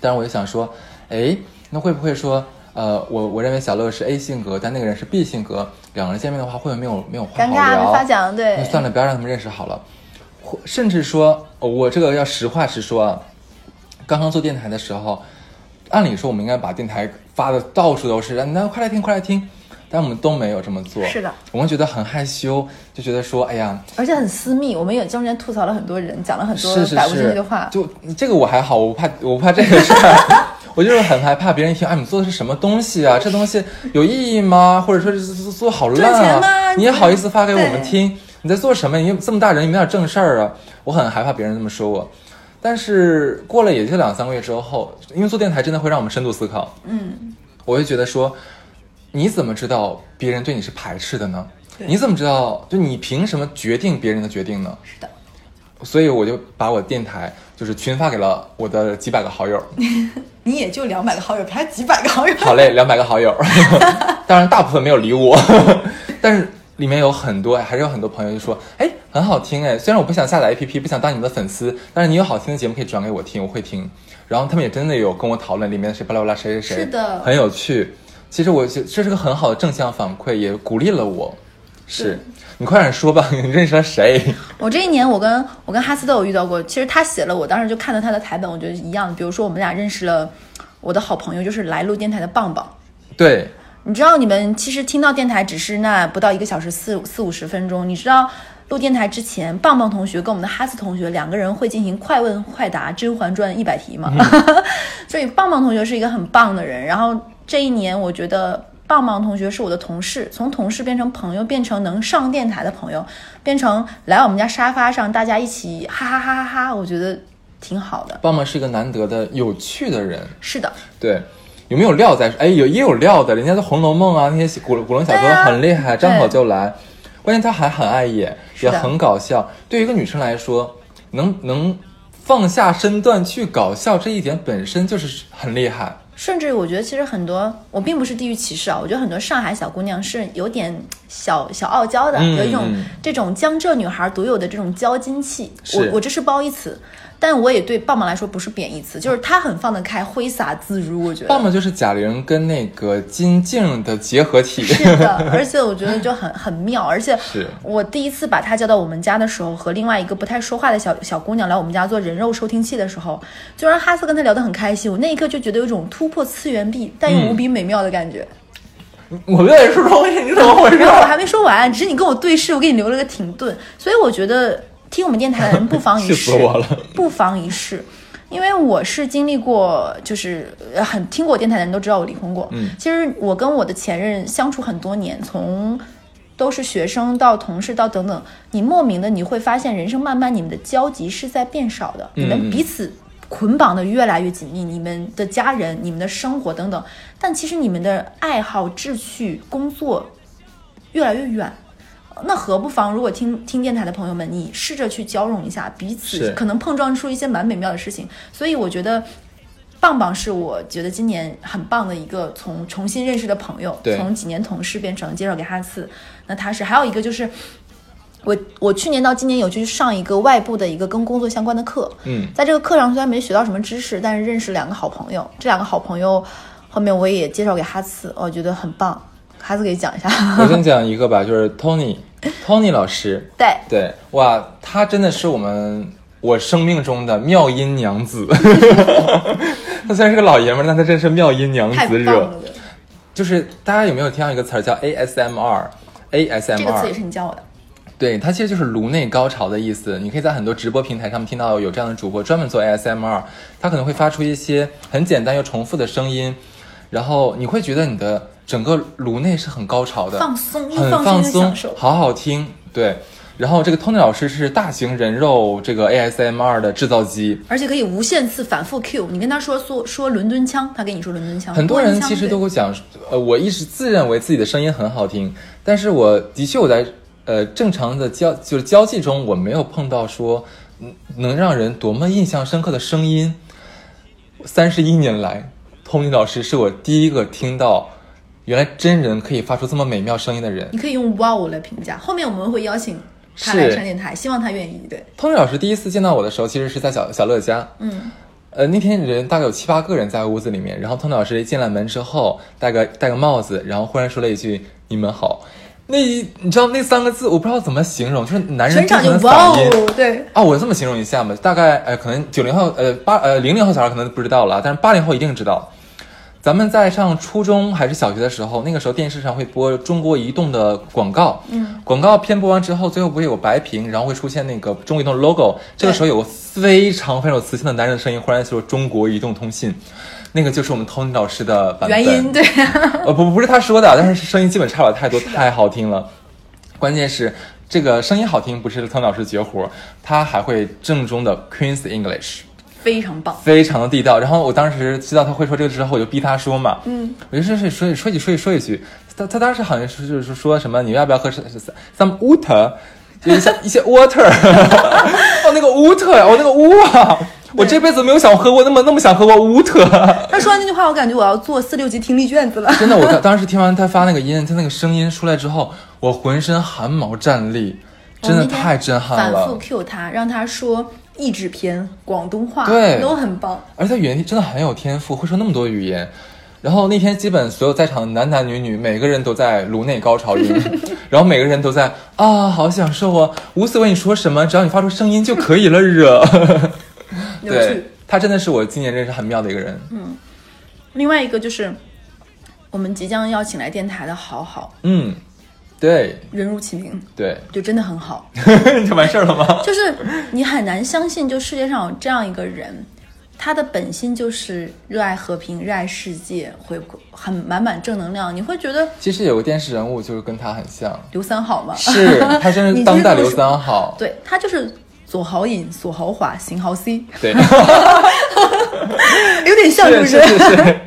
[SPEAKER 1] 但是我就想说，哎，那会不会说，呃，我我认为小乐是 A 性格，但那个人是 B 性格，两个人见面的话，会不会没有没有话
[SPEAKER 2] 尴
[SPEAKER 1] 好
[SPEAKER 2] 尬
[SPEAKER 1] 聊？
[SPEAKER 2] 没法讲，对
[SPEAKER 1] 那，算了，不要让他们认识好了。或甚至说，呃我这个要实话实说啊，刚刚做电台的时候，按理说我们应该把电台发的到处都是，让大家快来听，快来听，但我们都没有这么做。
[SPEAKER 2] 是的，
[SPEAKER 1] 我们觉得很害羞，就觉得说，哎呀，
[SPEAKER 2] 而且很私密。我们也中间吐槽了很多人，讲了很多
[SPEAKER 1] 是是
[SPEAKER 2] 百无禁
[SPEAKER 1] 是
[SPEAKER 2] 忌的话。
[SPEAKER 1] 就这个我还好，我不怕，我不怕这个事儿。 我就是很害怕别人一听，哎，你做的是什么东西啊？这东西有意义吗？或者说是做做好烂
[SPEAKER 2] 赚钱
[SPEAKER 1] 啊
[SPEAKER 2] 吗？
[SPEAKER 1] 你也好意思发给我们
[SPEAKER 2] 对
[SPEAKER 1] 听？你在做什么？你这么大人，你没点正事儿啊？我很害怕别人这么说我。但是过了也就两三个月之后，因为做电台真的会让我们深度思考，
[SPEAKER 2] 嗯，
[SPEAKER 1] 我会觉得说，你怎么知道别人对你是排斥的呢？
[SPEAKER 2] 对
[SPEAKER 1] 你怎么知道？就你凭什么决定别人的决定呢？
[SPEAKER 2] 是的。
[SPEAKER 1] 所以我就把我电台就是群发给了我的几百个好友，
[SPEAKER 2] 你也就两百个好友，还几百个好友。
[SPEAKER 1] 好嘞， 两百个好友，当然大部分没有理我， 但是里面有很多还是有很多朋友就说，哎，很好听哎，虽然我不想下载 APP，不想当你们的粉丝，但是你有好听的节目可以转给我听，我会听。然后他们也真的有跟我讨论里面谁巴拉巴拉谁谁谁，
[SPEAKER 2] 是的
[SPEAKER 1] 很有趣。其实我觉这是个很好的正向反馈，也鼓励了我。是你快点说吧， 你认识了谁？
[SPEAKER 2] 我这一年，我跟我跟哈斯都有遇到过。其实他写了，我当时就看到他的台本，我觉得一样。比如说，我们俩认识了我的好朋友，就是来录电台的棒棒。
[SPEAKER 1] 对，
[SPEAKER 2] 你知道，你们其实听到电台只是那不到一个小时四四五十分钟。你知道，录电台之前，棒棒同学跟我们的哈斯同学两个人会进行快问快答《甄嬛传》一百 题嘛？所以棒棒同学是一个很棒的人。然后这一年，我觉得棒棒同学是我的同事，从同事变成朋友，变成能上电台的朋友，变成来我们家沙发上大家一起哈哈哈哈哈，我觉得挺好的。
[SPEAKER 1] 棒棒是一个难得的有趣的人，
[SPEAKER 2] 是的，
[SPEAKER 1] 对，有没有料在？哎，有也有料的，人家的《红楼梦》啊，那些古古龙小说
[SPEAKER 2] 对啊
[SPEAKER 1] 很厉害，张
[SPEAKER 2] 对
[SPEAKER 1] 口就来。关键他还很爱演，也
[SPEAKER 2] 的
[SPEAKER 1] 很搞笑。对于一个女生来说，能能放下身段去搞笑这一点本身就是很厉害。
[SPEAKER 2] 甚至我觉得其实很多，我并不是地域歧视啊，我觉得很多上海小姑娘是有点小小傲娇的，
[SPEAKER 1] 嗯
[SPEAKER 2] 有一种
[SPEAKER 1] 嗯
[SPEAKER 2] 这种江浙女孩独有的这种娇矜气。我
[SPEAKER 1] 是
[SPEAKER 2] 我这是褒义词，但我也对棒棒来说不是贬 义词，就是她很放得开，挥洒自如，我觉得。
[SPEAKER 1] 棒棒就是贾玲跟那个金靖的结合体。
[SPEAKER 2] 是的，而且我觉得就很 很妙，而且
[SPEAKER 1] 是
[SPEAKER 2] 我第一次把她叫到我们家的时候，和另外一个不太说话的小小姑娘来我们家做人肉收听器的时候，就让哈斯跟她聊得很开心，我那一刻就觉得有一种突破次元壁，但
[SPEAKER 1] 嗯
[SPEAKER 2] 又无比美妙的感觉。
[SPEAKER 1] 我越来说东西，你怎么回事
[SPEAKER 2] 然？ 后我还没说完，只是你跟我对视，我给你留了个停顿，所以我觉得听我们电台的人不妨 一
[SPEAKER 1] 气
[SPEAKER 2] 试，
[SPEAKER 1] 死我了
[SPEAKER 2] 不妨一试。因为我是经历过，就是呃很听过我电台的人都知道我离婚过。
[SPEAKER 1] 嗯
[SPEAKER 2] 其实我跟我的前任相处很多年，从都是学生到同事到等等，你莫名的你会发现，人生慢慢你们的交集是在变少的，
[SPEAKER 1] 嗯
[SPEAKER 2] 你
[SPEAKER 1] 嗯
[SPEAKER 2] 们彼此捆绑的越来越紧密，你们的家人、你们的生活等等，但其实你们的爱好、志趣、工作越来越远。那何不妨，如果听听电台的朋友们，你试着去交融一下，彼
[SPEAKER 1] 是
[SPEAKER 2] 此可能碰撞出一些蛮美妙的事情。所以我觉得，棒棒是我觉得今年很棒的一个从重新认识的朋友，
[SPEAKER 1] 对
[SPEAKER 2] 从几年同事变成介绍给哈次。那他是还有一个就是。我我去年到今年有去上一个外部的一个跟工作相关的课，
[SPEAKER 1] 嗯，
[SPEAKER 2] 在这个课上虽然没学到什么知识，但是认识两个好朋友。这两个好朋友后面我也介绍给哈次，哦我觉得很棒。哈次可以讲一下，
[SPEAKER 1] 我先讲一个吧，就是 Tony，Tony 老师，
[SPEAKER 2] 对，
[SPEAKER 1] 对，哇，她真的是我们我生命中的妙音娘子。 她虽然是个老爷们儿，但她真是妙音娘
[SPEAKER 2] 太
[SPEAKER 1] 子
[SPEAKER 2] 棒
[SPEAKER 1] 惹。
[SPEAKER 2] 了。
[SPEAKER 1] 就是大家有没有听到一个词儿叫 ASMR？ASMR
[SPEAKER 2] 这个词也是你教我的，
[SPEAKER 1] 对，它其实就是颅内高潮的意思。你可以在很多直播平台上面听到有这样的主播专门做 ASMR，他可能会发出一些很简单又重复的声音，然后你会觉得你的整个颅内是很高潮的，
[SPEAKER 2] 放松，一
[SPEAKER 1] 很
[SPEAKER 2] 松
[SPEAKER 1] 放
[SPEAKER 2] 就
[SPEAKER 1] 松
[SPEAKER 2] 享受，。
[SPEAKER 1] 好好听。对，然后这个 Tony 老师是大型人肉这个 ASMR 的制造机。
[SPEAKER 2] 而且可以无限次反复 Q，你跟他说说说伦敦腔，他跟你说伦敦腔。
[SPEAKER 1] 很多
[SPEAKER 2] 波音
[SPEAKER 1] 人
[SPEAKER 2] 腔
[SPEAKER 1] 其实
[SPEAKER 2] 对
[SPEAKER 1] 都会讲，呃，我一直自认为自己的声音很好听，但是我的确我在呃正常的交就是交际中，我没有碰到说嗯能让人多么印象深刻的声音。三十一年来，Tony 老师是我第一个听到原来真人可以发出这么美妙声音的人。
[SPEAKER 2] 你可以用 wow 来评价。后面我们会邀请他
[SPEAKER 1] 是
[SPEAKER 2] 来上电台，希望他愿意。对，
[SPEAKER 1] Tony 老师第一次见到我的时候，其实是在小小乐家，
[SPEAKER 2] 嗯，
[SPEAKER 1] 呃，那天人大概有七八个人在屋子里面，然后汤老师一进来门之后，戴个戴个帽子，然后忽然说了一句“你们好”，那一你知道那三个字我不知道怎么形容，就是男人
[SPEAKER 2] 全场就
[SPEAKER 1] 正常的
[SPEAKER 2] 哇
[SPEAKER 1] 嗓音。
[SPEAKER 2] 哦，对，
[SPEAKER 1] 啊，我这么形容一下吧，大概呃，可能九零后呃八呃零零后小孩可能不知道了，啊但是八零后一定知道。咱们在上初中还是小学的时候，那个时候电视上会播中国移动的广告，
[SPEAKER 2] 嗯，
[SPEAKER 1] 广告片播完之后，最后不会有白屏，然后会出现那个中国移动 logo。这个时候有个非常非常有磁性的男人的声音，忽然说“中国移动通信”，那个就是我们 Tony 老师的版本。
[SPEAKER 2] 原因对，
[SPEAKER 1] 呃，不，不是他说的，但是声音基本差不了太多，太好听了。关键是这个声音好听，不是汤老师绝活，他还会正宗的 Queen's English，
[SPEAKER 2] 非常棒。
[SPEAKER 1] 非常的地道。然后我当时知道他会说这个之后，我就逼他说嘛，
[SPEAKER 2] 嗯，
[SPEAKER 1] 我就说说说说一句说一句说一句，他他当时好像是就是说什么你要不要喝 some some water，就一些一些 water，哦那个 water，哦那个 w 啊，我这辈子没有想喝过那么那么想喝过 water。
[SPEAKER 2] 他说完那句话，我感觉我要做四六级听力卷 子了。
[SPEAKER 1] 真的，我当当时听完他发那个音，他那个声音出来之后，我浑身汗毛站立，真的
[SPEAKER 2] 我那天
[SPEAKER 1] 太震撼
[SPEAKER 2] 反复
[SPEAKER 1] 了。
[SPEAKER 2] Q 他，让他说译制片、广东话，
[SPEAKER 1] 对
[SPEAKER 2] 都很棒。
[SPEAKER 1] 而且他语言真的很有天赋，会说那么多语言。然后那天基本所有在场的男男女女，每个人都在颅内高潮 中，然后每个人都在啊，好享受啊，无所谓你说什么，只要你发出声音就可以了，惹。
[SPEAKER 2] 有趣嗯
[SPEAKER 1] 对。他真的是我今年认识很妙的一个人，
[SPEAKER 2] 另外一个就是，我们即将要请来电台的好好，
[SPEAKER 1] 嗯，对
[SPEAKER 2] 人如其名，
[SPEAKER 1] 对，
[SPEAKER 2] 就真的很好。
[SPEAKER 1] 就完事儿了吗？
[SPEAKER 2] 就是你很难相信，就世界上有这样一个人，他的本心就是热爱和平、热爱世界，会很满满正能量。你会觉得
[SPEAKER 1] 其实有个电视人物就是跟他很像，
[SPEAKER 2] 刘三好嘛，
[SPEAKER 1] 是他真
[SPEAKER 2] 你
[SPEAKER 1] 是
[SPEAKER 2] 就是
[SPEAKER 1] 当代刘三好，
[SPEAKER 2] 对他就是左豪饮、左豪华、行豪 C，
[SPEAKER 1] 对，
[SPEAKER 2] 有点像是不
[SPEAKER 1] 是是是，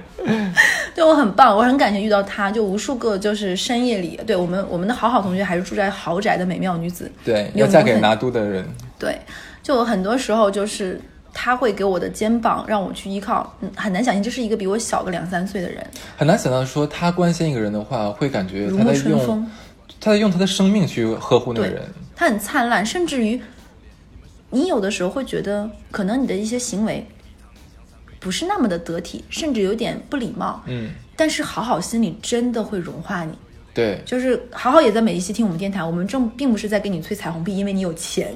[SPEAKER 2] 对我很棒，我很感谢遇到他，就无数个就是深夜里，对我们我们的好好同学还是住在豪宅的美妙女子，
[SPEAKER 1] 对，
[SPEAKER 2] 有
[SPEAKER 1] 要嫁
[SPEAKER 2] 没有
[SPEAKER 1] 给
[SPEAKER 2] 很
[SPEAKER 1] 拿督的人，
[SPEAKER 2] 对，就很多时候就是他会给我的肩膀让我去依靠，嗯，很难想象这是一个比我小个两三岁的人，
[SPEAKER 1] 很难想到说他关心一个人的话，会感觉
[SPEAKER 2] 如
[SPEAKER 1] 他在
[SPEAKER 2] 沐春
[SPEAKER 1] 用
[SPEAKER 2] 风，
[SPEAKER 1] 他在用他的生命去呵护那个
[SPEAKER 2] 对
[SPEAKER 1] 人，，
[SPEAKER 2] 他很灿烂，甚至于你有的时候会觉得，可能你的一些行为不是那么的得体，甚至有点不礼貌，
[SPEAKER 1] 嗯，
[SPEAKER 2] 但是好好心里真的会融化你，
[SPEAKER 1] 对，
[SPEAKER 2] 就是好好也在每一期听我们电台，我们正并不是在给你吹彩虹屁，因为你有 钱，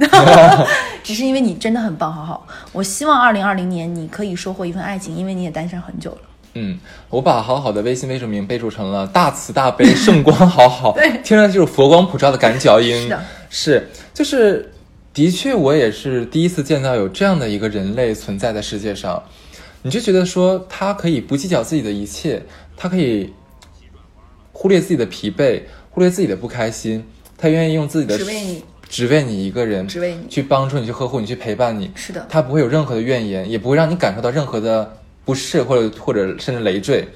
[SPEAKER 2] 只是因为你真的很棒，好好。我希望二零二零年你可以收获一份爱情，因为你也单身很久了。
[SPEAKER 1] 嗯，我把好好的微信微署名备注成了大慈大悲圣光好好，
[SPEAKER 2] 对
[SPEAKER 1] 听上去就是佛光普照的赶脚音，
[SPEAKER 2] 是的
[SPEAKER 1] 是就是的确，我也是第一次见到有这样的一个人类存在在世界上，你就觉得说他可以不计较自己的一切，他可以忽略自己的疲惫，忽略自己的不开心，他愿意用自己的
[SPEAKER 2] 只为你，
[SPEAKER 1] 只为你一个人，
[SPEAKER 2] 只为你
[SPEAKER 1] 去帮助你，去呵护你，去陪伴你，
[SPEAKER 2] 是的
[SPEAKER 1] 他不会有任何的怨言，也不会让你感受到任何的不适或者或者甚至累赘。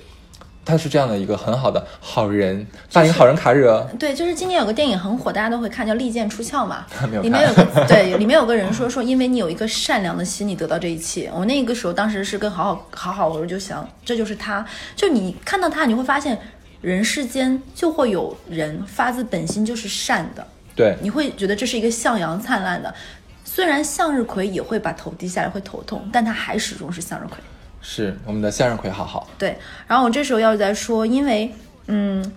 [SPEAKER 1] 他是这样的一个很好的好人，大龄好人卡惹，
[SPEAKER 2] 对，就是今年有个电影很火，大家都会看，叫《利剑出鞘》嘛
[SPEAKER 1] 没有。
[SPEAKER 2] 里面有个对，里面有个人说说，因为你有一个善良的心，你得到这一切。我那个时候当时是跟好好好好，我就想，这就是他。就你看到他，你会发现，人世间就会有人发自本心就是善的。
[SPEAKER 1] 对，
[SPEAKER 2] 你会觉得这是一个向阳灿烂的。虽然向日葵也会把头低下来，会头痛，但它还始终是向日葵。
[SPEAKER 1] 是我们的向日葵好好，
[SPEAKER 2] 对，然后我这时候要再说，因为嗯，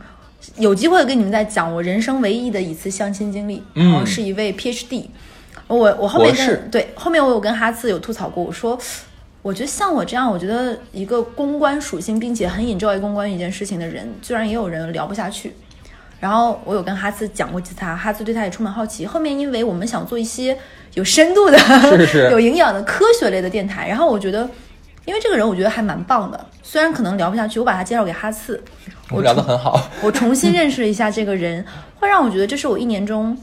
[SPEAKER 2] 有机会跟你们再讲我人生唯一的一次相亲经历，
[SPEAKER 1] 嗯
[SPEAKER 2] 然后是一位 PhD。我我后面
[SPEAKER 1] 博士
[SPEAKER 2] 跟对后面我有跟哈次有吐槽过，我说。我觉得像我这样，我觉得一个公关属性，并且很 enjoy 公关一件事情的人，居然也有人聊不下去。然后我有跟哈次讲过几次他，哈次对他也充满好奇。后面因为我们想做一些有深度的、
[SPEAKER 1] 是是
[SPEAKER 2] 有营养的科学类的电台，然后我觉得，因为这个人我觉得还蛮棒的，虽然可能聊不下去，我把他介绍给哈次，
[SPEAKER 1] 我们聊得很好，
[SPEAKER 2] 我重新认识了一下这个人，会让我觉得这是我一年中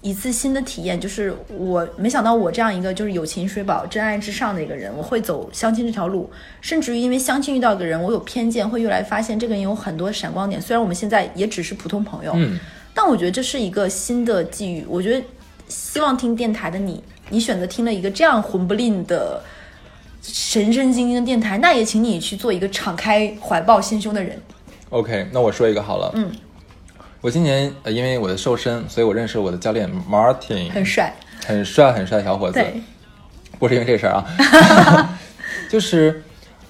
[SPEAKER 2] 一次新的体验，就是我没想到我这样一个就是友情水饱、真爱至上的一个人，我会走相亲这条路，甚至于因为相亲遇到一个人，我有偏见，会越来发现这个人有很多闪光点。虽然我们现在也只是普通朋友，
[SPEAKER 1] 嗯，
[SPEAKER 2] 但我觉得这是一个新的际遇。我觉得希望听电台的你，你选择听了一个这样混不吝的。神神经经的电台，那也请你去做一个敞开怀抱心胸的人。
[SPEAKER 1] OK，那我说一个好了。
[SPEAKER 2] 嗯，
[SPEAKER 1] 我今年呃因为我的瘦身，所以我认识了我的教练 Martin，
[SPEAKER 2] 很帅。
[SPEAKER 1] 很帅很帅的小伙子。
[SPEAKER 2] 对，
[SPEAKER 1] 不是因为这事儿啊，就是，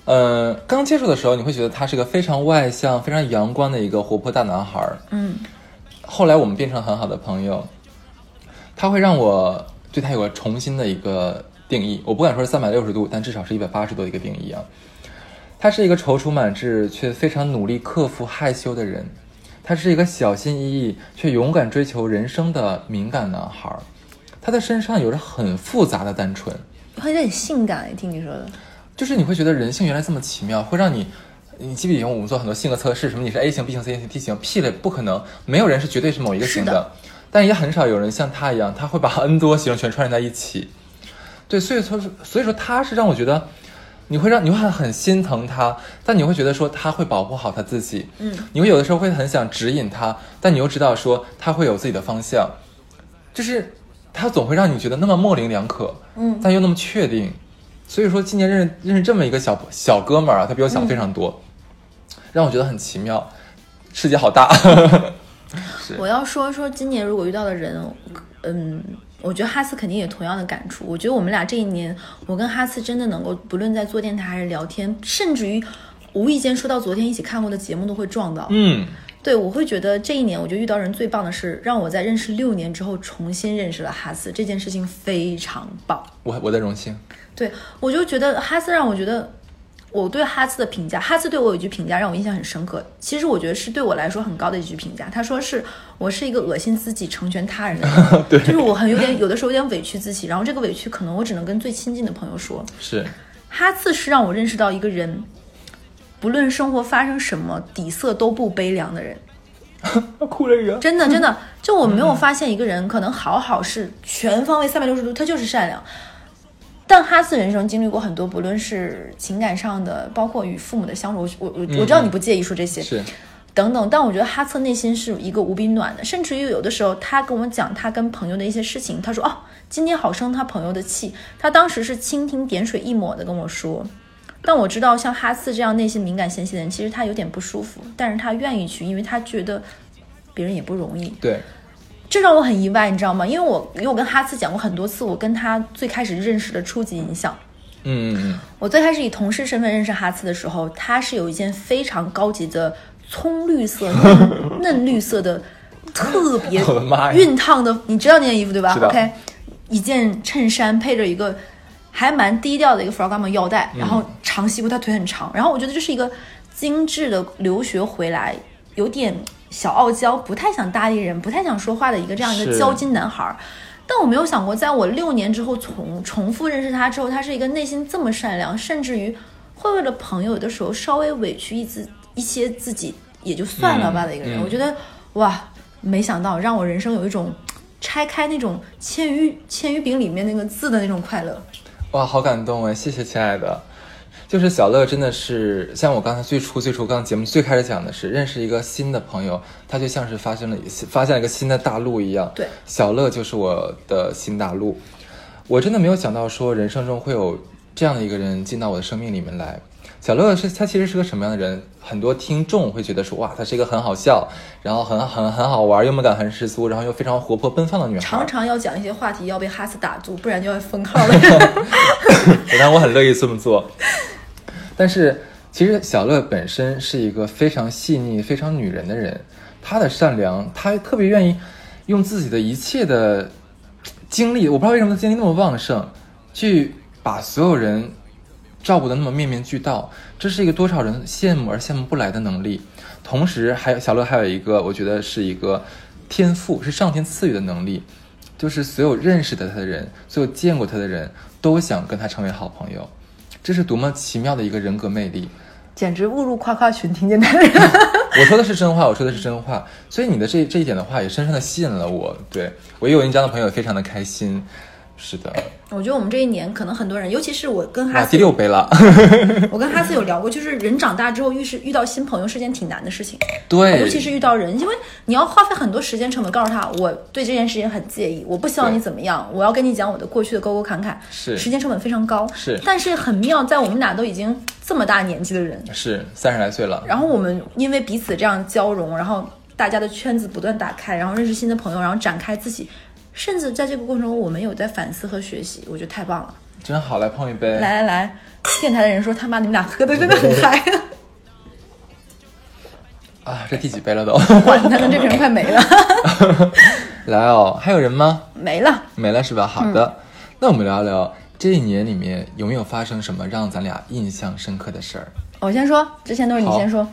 [SPEAKER 1] 呃，刚接触的时候，你会觉得他是个非常外向、非常阳光的一个活泼大男孩儿。
[SPEAKER 2] 嗯，
[SPEAKER 1] 后来我们变成很好的朋友，他会让我对他有个重新的一个定义。我不敢说是三百六十度，但至少是一百八十度的一个定义啊。他是一个踌躇满志却非常努力克服害羞的人，他是一个小心翼翼却勇敢追求人生的敏感男孩儿。他的身上有着很复杂的单纯，
[SPEAKER 2] 会有点性感哎，听你说的，
[SPEAKER 1] 就是你会觉得人性原来这么奇妙，会让你，你记不记得我们做很多性格测试，什么你是 A 型、B 型、C 型、D 型，P 类不可能，没有人是绝对是某一个型
[SPEAKER 2] 是的
[SPEAKER 1] 但也很少有人像他一样，他会把 N 多型全串联在一起。对，所以说，所以说他是让我觉得，你会让你会很心疼他，但你会觉得说他会保护好他自己，
[SPEAKER 2] 嗯，
[SPEAKER 1] 你会有的时候会很想指引他，但你又知道说他会有自己的方向，就是他总会让你觉得那么模棱两可，
[SPEAKER 2] 嗯
[SPEAKER 1] 但又那么确定。所以说，今年认识认识这么一个小小哥们儿啊，他比我小非常多，让我觉得很奇妙，世界好大。对
[SPEAKER 2] 我要说说今年如果遇到的人，嗯，我觉得哈斯肯定也同样的感触。我觉得我们俩这一年，我跟哈斯真的能够，不论在做电台还是聊天，甚至于无意间说到昨天一起看过的节目，都会撞到。
[SPEAKER 1] 嗯，
[SPEAKER 2] 对，我会觉得这一年，我觉得遇到人最棒的是，让我在认识六年之后重新认识了哈斯，这件事情非常棒。
[SPEAKER 1] 我我的荣幸。
[SPEAKER 2] 对，我就觉得哈斯让我觉得，我对哈斯的评价，哈斯对我有一句评价让我印象很深刻。其实我觉得是对我来说很高的一句评价。他说是我是一个恶心自己、成全他人的 人，就是我很有点有的时候有点委屈自己，然后这个委屈可能我只能跟最亲近的朋友说。
[SPEAKER 1] 是
[SPEAKER 2] 哈次是让我认识到一个人，不论生活发生什么，底色都不悲凉的人。
[SPEAKER 1] 哭了人，
[SPEAKER 2] 真的真的，就我没有发现一个人可能好好是全方位三百六十度，他就是善良。但哈斯人生经历过很多，不论是情感上的，包括与父母的相处，我我我我知道你不介意说这些，
[SPEAKER 1] 是
[SPEAKER 2] 等等。但我觉得哈策内心是一个无比暖的，甚至于有的时候他跟我讲他跟朋友的一些事情，他说哦，今天好生他朋友的气，他当时是蜻蜓点水一抹的跟我说。但我知道像哈次这样内心敏感纤细的人，其实他有点不舒服，但是他愿意去，因为他觉得别人也不容易。
[SPEAKER 1] 对，
[SPEAKER 2] 这让我很意外，你知道吗？因为我因为我跟哈斯讲过很多次，我跟他最开始认识的初级印象。
[SPEAKER 1] 嗯嗯
[SPEAKER 2] 我最开始以同事身份认识哈茨的时候，他是有一件非常高级的葱绿色、嫩嫩绿色的，特别
[SPEAKER 1] 嗯我的哎妈呀
[SPEAKER 2] 熨烫的，你知道那件衣服对吧
[SPEAKER 1] 知道
[SPEAKER 2] ？OK，一件衬衫配着一个还蛮低调的一个 Ferragamo 腰带，然
[SPEAKER 1] 嗯
[SPEAKER 2] 后长西裤，他腿很长，然后我觉得这是一个精致的留学回来，有点小傲娇，不太想搭理人，不太想说话的一个这样一个
[SPEAKER 1] 是
[SPEAKER 2] 交际。金男孩儿。但我没有想过，在我六年之后重重复认识他之后，他是一个内心这么善良，甚至于会为了朋友有的时候稍微委屈一自一些自己也就算了吧
[SPEAKER 1] 嗯
[SPEAKER 2] 的一个人。
[SPEAKER 1] 嗯
[SPEAKER 2] 我觉得哇，没想到让我人生有一种拆开那种千鱼千鱼饼里面那个字的那种快乐。
[SPEAKER 1] 嗯，哇，好感动哎，谢谢亲爱的。就是小乐真的是像我刚才最初最初刚节目最开始讲的是认识一个新的朋友，他就像是发生了一些发现了一个新的大陆一样。
[SPEAKER 2] 对
[SPEAKER 1] 小乐就是我的新大陆。我真的没有想到说人生中会有这样的一个人进到我的生命里面来。小乐是他其实是个什么样的人？很多听众会觉得说哇，她是一个很好笑，然后很很很好玩，幽默感很十足，然后又非常活泼奔放的女孩。
[SPEAKER 2] 常常要讲一些话题要被哈斯打住，不然就要封号了。
[SPEAKER 1] 当 然我很乐意这么做。 但是其实小乐本身是一个非常细腻、非常女人的人，她的善良，她特别愿意用自己的一切的精力，我不知道为什么她精力那么旺盛，去把所有人照顾的那么面面俱到，这是一个多少人羡慕而羡慕不来的能力。同时还有小乐还有一个，我觉得是一个天赋，是上天赐予的能力，就是所有认识的他的人，所有见过他的人都想跟他成为好朋友，这是多么奇妙的一个人格魅力。
[SPEAKER 2] 简直误入夸夸群，听见他人。
[SPEAKER 1] 我说的是真话，我说的是真话，所以你的这这一点的话也深深的吸引了我。对我也有印章的朋友，也非常的开心。是的，
[SPEAKER 2] 我觉得我们这一年可能很多人，尤其是我 跟哈
[SPEAKER 1] 哇，
[SPEAKER 2] 斯
[SPEAKER 1] 啊第六杯了，
[SPEAKER 2] 我跟哈斯有聊过，就是人长大之后遇是遇到新朋友是件挺难的事情，
[SPEAKER 1] 对，
[SPEAKER 2] 啊尤其是遇到人，因为你要花费很多时间成本告诉他，我对这件事情很介意，我不希望你
[SPEAKER 1] 对
[SPEAKER 2] 怎么样，我要跟你讲我的过去的沟沟坎坎，
[SPEAKER 1] 是
[SPEAKER 2] 时间成本非常高，
[SPEAKER 1] 是
[SPEAKER 2] 但是很妙，在我们俩都已经这么大年纪的人，
[SPEAKER 1] 是三十来岁了，
[SPEAKER 2] 然后我们因为彼此这样交融，然后大家的圈子不断打开，然后认识新的朋友，然后展开自己，甚至在这个过程中，我们有在反思和学习，我觉得太棒了。
[SPEAKER 1] 真好，来碰一杯。
[SPEAKER 2] 来来来，电台的人说他妈你们俩喝的真的很 嗨。
[SPEAKER 1] 啊，这第几杯了都？
[SPEAKER 2] 哇，你看看这瓶快没了，
[SPEAKER 1] 来哦，还有人吗？
[SPEAKER 2] 没了。
[SPEAKER 1] 没了是吧？好的，
[SPEAKER 2] 嗯
[SPEAKER 1] 那我们聊聊这一年里面有没有发生什么让咱俩印象深刻的事儿？
[SPEAKER 2] 哦我先说，之前都是你
[SPEAKER 1] 好
[SPEAKER 2] 先说。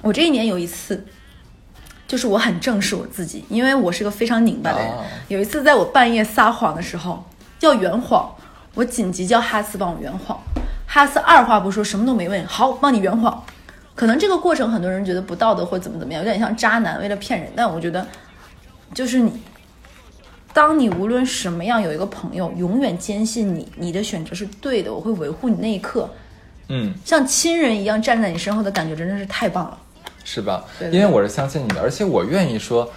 [SPEAKER 2] 我这一年有一次，就是我很正视我自己，因为我是个非常拧巴的人。
[SPEAKER 1] 哦
[SPEAKER 2] 有一次，在我半夜撒谎的时候，要圆谎，我紧急叫哈斯帮我圆谎，哈斯二话不说，什么都没问，好，帮你圆谎。可能这个过程很多人觉得不道德或怎么怎么样，有点像渣男为了骗人，但我觉得就是你当你无论什么样有一个朋友，永远坚信你，你的选择是对的，我会维护你那一刻，
[SPEAKER 1] 嗯，
[SPEAKER 2] 像亲人一样站在你身后的感觉真的是太棒了。
[SPEAKER 1] 是吧？
[SPEAKER 2] 对对
[SPEAKER 1] 因为我是相信你的，而且我愿意说，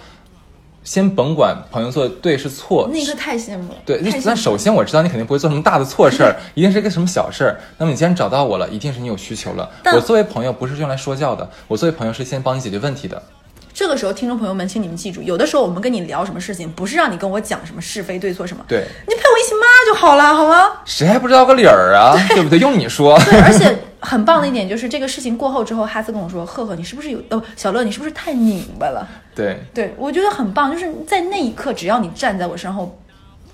[SPEAKER 1] 先甭管朋友做的对是错，
[SPEAKER 2] 那一刻太羡慕了。
[SPEAKER 1] 对，那
[SPEAKER 2] 太羡
[SPEAKER 1] 那
[SPEAKER 2] 慕了。
[SPEAKER 1] 首先我知道你肯定不会做什么大的错 事儿，一定是个什么小事儿。那么你既然找到我了，一定是你有需求了。
[SPEAKER 2] 但
[SPEAKER 1] 我作为朋友不是用来说教的，我作为朋友是先帮你解决问题的。
[SPEAKER 2] 这个时候，听众朋友们，请你们记住，有的时候我们跟你聊什么事情，不是让你跟我讲什么是非对错什么，
[SPEAKER 1] 对，
[SPEAKER 2] 你陪我一起骂就好了，好吗？
[SPEAKER 1] 谁还不知道个理儿啊？对不对？用你说，
[SPEAKER 2] 对，而且很棒的一点就是，这个事情过后之后，哈斯跟我说：“赫赫，你是不是有……呃，小乐，你是不是太拧巴了？”
[SPEAKER 1] 对，
[SPEAKER 2] 对，我觉得很棒，就是在那一刻，只要你站在我身后，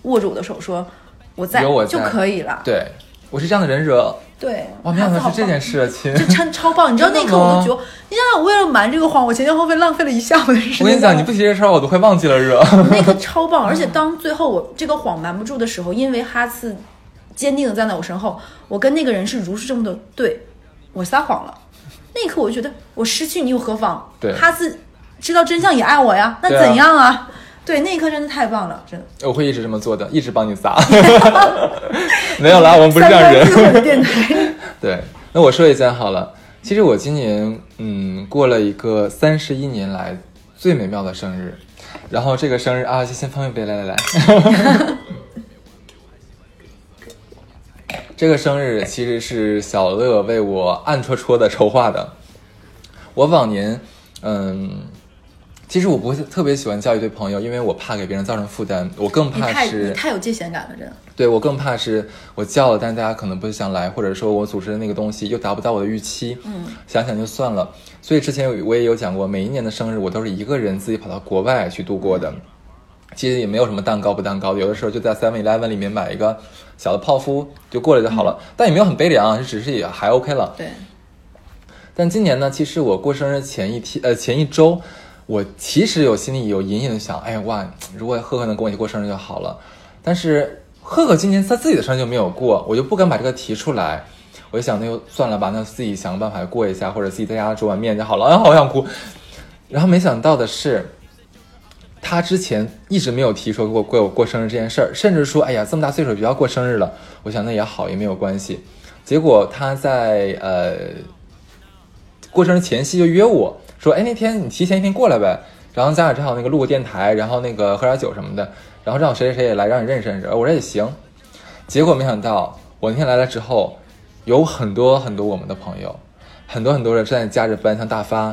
[SPEAKER 2] 握着我的手说“我在”，
[SPEAKER 1] 有我在
[SPEAKER 2] 就可以了。
[SPEAKER 1] 对，我是这样的人惹。
[SPEAKER 2] 对，
[SPEAKER 1] 哇，哦没想
[SPEAKER 2] 哈斯
[SPEAKER 1] 到
[SPEAKER 2] 好
[SPEAKER 1] 是这
[SPEAKER 2] 棒
[SPEAKER 1] 件事啊，亲。
[SPEAKER 2] 这 超超棒！你知道那一刻我都
[SPEAKER 1] 真
[SPEAKER 2] 觉
[SPEAKER 1] 的
[SPEAKER 2] 得，你想想，我为了瞒这个谎，我前前后后浪费了一下午的时间。
[SPEAKER 1] 我跟你讲，你不提这事儿，我都快忘记了惹。
[SPEAKER 2] 那个超棒！而且当最后我这个谎瞒不住的时候，因为哈次坚定的站在我身后，我跟那个人是如释重负的，对我撒谎了。那一刻我就觉得我失去你又何妨？
[SPEAKER 1] 对
[SPEAKER 2] 哈斯知道真相也爱我呀，那
[SPEAKER 1] 对啊
[SPEAKER 2] 怎样啊？对，那一刻真的太棒了，真的。
[SPEAKER 1] 我会一直这么做的，一直帮你 撒。 没有啦，啊我们不是
[SPEAKER 2] 三
[SPEAKER 1] 这样
[SPEAKER 2] 观自
[SPEAKER 1] 人。
[SPEAKER 2] 毁的电台。
[SPEAKER 1] 对，那我说一下好了。其实我今年，嗯，过了一个三十一年来最美妙的生日。然后这个生日啊，先放一杯，来来来。这个生日其实是小乐为我暗戳戳的筹划的。我往年，嗯，其实我不是特别喜欢交一堆朋友，因为我怕给别人造成负担，我更
[SPEAKER 2] 你
[SPEAKER 1] 怕
[SPEAKER 2] 太
[SPEAKER 1] 是
[SPEAKER 2] 你太有界限感了，真的。
[SPEAKER 1] 对我更怕是我叫了，但是大家可能不想来，或者说我组织的那个东西又达不到我的预期，嗯，想想就算了。所以之前有我也有讲过，每一年的生日我都是一个人自己跑到国外去度过的。其实也没有什么蛋糕不蛋糕的，有的时候就在 Seven Eleven 里面买一个小的泡芙就过了就好了，但也没有很悲凉啊，只是也还 OK 了。
[SPEAKER 2] 对，
[SPEAKER 1] 但今年呢，其实我过生日前一天，呃，前一周，我其实有心里有隐隐的想，哎哇，如果赫赫能跟我一起过生日就好了。但是赫赫今年他自己的生日就没有过，我就不敢把这个提出来。我就想，那就算了吧，那自己想办法过一下，或者自己在家煮碗面就好了。哎，好想哭。然后没想到的是，他之前一直没有提出过过我过生日这件事儿，甚至说，哎呀，这么大岁数也不要过生日了。我想那也好，也没有关系。结果他在呃过生日前夕就约我说，哎，那天你提前一天过来呗。然后咱俩正好那个录个电台，然后那个喝点酒什么的，然后让我谁谁谁也来，让你认识认识。呃我说也行。结果没想到我那天来了之后，有很多很多我们的朋友，很多很多人正在加着班，像大发，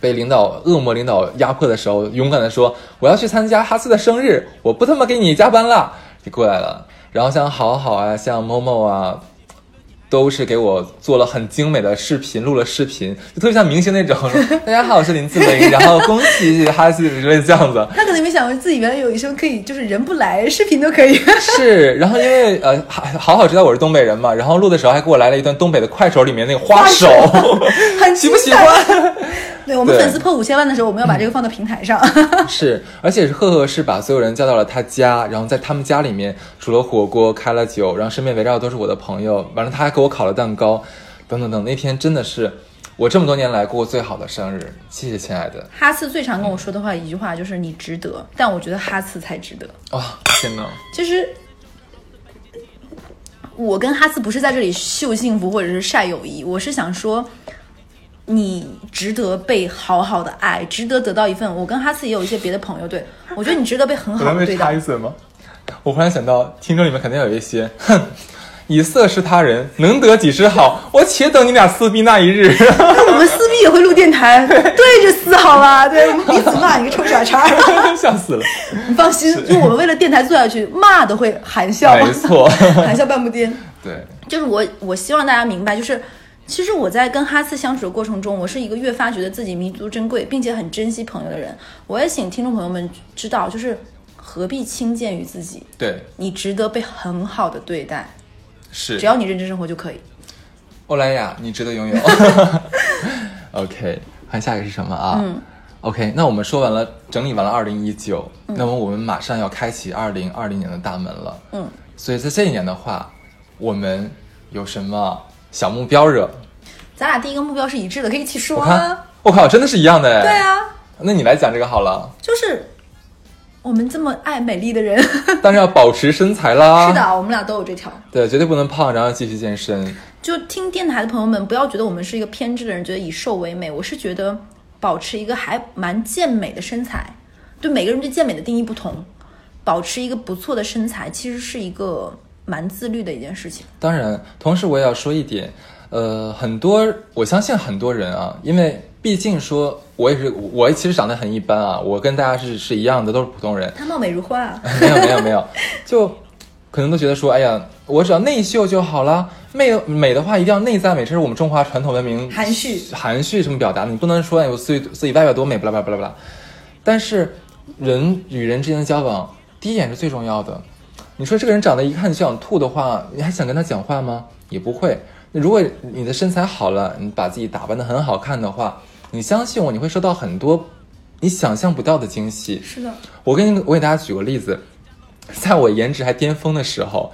[SPEAKER 1] 被领导恶魔领导压迫的时候，勇敢的说：“我要去参加哈斯的生日，我不他妈给你加班了。”你过来了，然后像好好啊，像某某啊，都是给我做了很精美的视频，录了视频，就特别像明星那种。大家好，我是林志玲，然后恭喜哈斯之类这样子。
[SPEAKER 2] 他可能没想过自己原来有一生可以，就是人不来，视频都可以。
[SPEAKER 1] 是，然后因为呃，好好好知道我是东北人嘛，然后录的时候还给我来了一段东北的快手里面那个花手，
[SPEAKER 2] 很
[SPEAKER 1] 喜
[SPEAKER 2] 期
[SPEAKER 1] 不喜
[SPEAKER 2] 待
[SPEAKER 1] 欢？
[SPEAKER 2] 对我们
[SPEAKER 1] 对
[SPEAKER 2] 粉丝破五千万的时候，我们要把这个放到平台上。
[SPEAKER 1] 是，而且是赫赫是把所有人叫到了他家，然后在他们家里面煮了火锅，开了酒，然后身边围绕的都是我的朋友，完了他还给我烤了蛋糕，等等等。那天真的是我这么多年来过最好的生日，谢谢亲爱的。
[SPEAKER 2] 哈次最常跟我说的话一句话就是“你值得”，但我觉得哈次才值得。
[SPEAKER 1] 哇、天哪！
[SPEAKER 2] 其实我跟哈斯不是在这里秀幸福或者是晒友谊，我是想说，你值得被好好的爱，值得得到一份。我跟哈斯也有一些别的朋友，对我觉得你值得被很好的对待。
[SPEAKER 1] 嘴吗？我忽然想到，听众里面肯定有一些，哼，以色侍他人，能得几时好？我且等你俩撕逼 那一日。
[SPEAKER 2] 我们撕逼也会录电台，对着撕好吧？对，我们彼此骂你个臭傻叉。
[SPEAKER 1] 笑死了，
[SPEAKER 2] 你 放心，就我们为了电台做下去，骂都会含笑，
[SPEAKER 1] 没错
[SPEAKER 2] 含笑半步癫。
[SPEAKER 1] 对，
[SPEAKER 2] 就是我我希望大家明白，就是其实我在跟哈斯相处的过程中，我是一个越发觉得自己弥足珍贵，并且很珍惜朋友的人。我也请听众朋友们知道，就是何必轻贱于自己，
[SPEAKER 1] 对，
[SPEAKER 2] 你值得被很好的对待，
[SPEAKER 1] 是
[SPEAKER 2] 只。要你认真生活就可以。
[SPEAKER 1] 欧莱雅，你值得 拥有。OK，看下一个是什么啊？嗯。OK，那我们说完了，整理完了2019，那么我们马上要开启2020年的大门了。
[SPEAKER 2] 嗯，
[SPEAKER 1] 所以在这一年的话，我们有什么小目标惹？
[SPEAKER 2] 咱俩第一个目标是一致的，可以一起说
[SPEAKER 1] 我
[SPEAKER 2] 啊
[SPEAKER 1] 看。，哎我靠，真的是一样的哎。
[SPEAKER 2] 对。啊，
[SPEAKER 1] 那你来讲这个好了，
[SPEAKER 2] 就是我们这么爱美丽的人， 是
[SPEAKER 1] 当然要保持身材啦。。
[SPEAKER 2] 的，我们俩都有这条。
[SPEAKER 1] 对，绝对不能胖，然后继续健身。
[SPEAKER 2] 就听电台的朋友们，不要觉得我们是一个偏执的人，觉得以瘦为美。我是觉得保持一个还蛮健美的身材，对每个人对健美的定义不同，保持一个不错的身材，其实是一个蛮自律的一件事情。
[SPEAKER 1] 当然，同时我也要说一点，呃，很多我相信很多人啊，因为毕竟说我也是，我其实长得很一般啊，我跟大家是是一样的，都是普通人，
[SPEAKER 2] 她貌美如花啊，
[SPEAKER 1] 没有没有没有，就可能都觉得说，哎呀，我只要内秀就好啦，美美的话一定要内在美，这是我们中华传统文明
[SPEAKER 2] 含蓄
[SPEAKER 1] 含蓄什么表达，你不能说哎我自己自己外表多美，不啦不啦不啦不啦。但是人与人之间的交往，第一眼是最重要的。你说这个人长得一看就想吐的话，你还想跟他讲话吗？也不会。如果你的身材好了，你把自己打扮得很好看的话，你相信我，你会收到很多你想象不到的惊喜。
[SPEAKER 2] 是的，
[SPEAKER 1] 我跟你我给大家举个例子，在我颜值还巅峰的时候，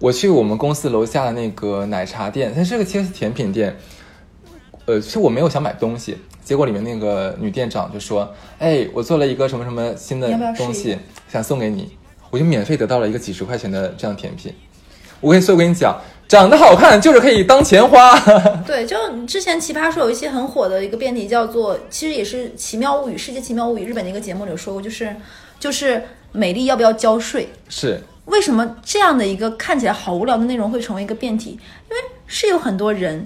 [SPEAKER 1] 我去我们公司楼下的那个奶茶店，它是个其实是甜品店，呃，其实我没有想买东西，结果里面那个女店长就说：“哎，我做了一个什么什么新的
[SPEAKER 2] 你要不要试
[SPEAKER 1] 东
[SPEAKER 2] 一
[SPEAKER 1] 西
[SPEAKER 2] 下，
[SPEAKER 1] 想送给你。”我就免费得到了一个几十块钱的这样甜品。我跟所以我跟你讲，长得好看就是可以当钱花。
[SPEAKER 2] 对，就之前《奇葩说》有一期很火的一个辩题，叫做其实也是《奇妙物语》世界奇妙物语日本的一个节目里有说过，就是就是美丽要不要交税？
[SPEAKER 1] 是，
[SPEAKER 2] 为什么这样的一个看起来好无聊的内容会成为一个辩题？因为是有很多人，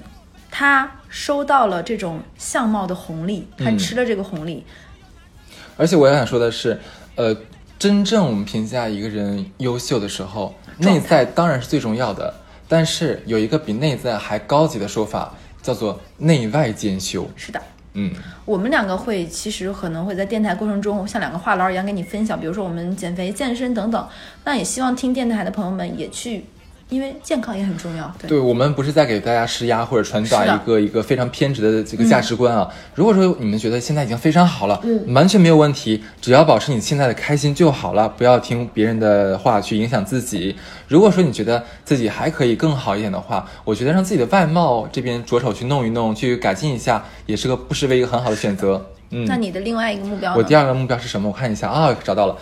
[SPEAKER 2] 他收到了这种相貌的红利，
[SPEAKER 1] 嗯
[SPEAKER 2] 他吃了这个红利，
[SPEAKER 1] 而且我也想说的是，呃，真正我们评价一个人优秀的时候，
[SPEAKER 2] 状态
[SPEAKER 1] 内在当然是最重要的，但是有一个比内在还高级的说法，叫做内外兼修。
[SPEAKER 2] 是的。
[SPEAKER 1] 嗯，
[SPEAKER 2] 我们两个会其实可能会在电台过程中像两个话痨一样跟你分享，比如说我们减肥、健身等等。那也希望听电台的朋友们也去，因为健康也很重要。对，
[SPEAKER 1] 对，我们不是在给大家施压或者传达
[SPEAKER 2] 是的
[SPEAKER 1] 一个一个非常偏执的这个价值观啊。如果说你们觉得现在已经非常好了，
[SPEAKER 2] 嗯
[SPEAKER 1] 完全没有问题，只要保持你现在的开心就好了，不要听别人的话去影响自己。如果说你觉得自己还可以更好一点的话，我觉得让自己的外貌这边着手去弄一弄，去改进一下，也是个不失为一个很好的选择。嗯，
[SPEAKER 2] 那呃你的另外一个目标呢？
[SPEAKER 1] 我第二个目标是什么？我看一下啊，找到了，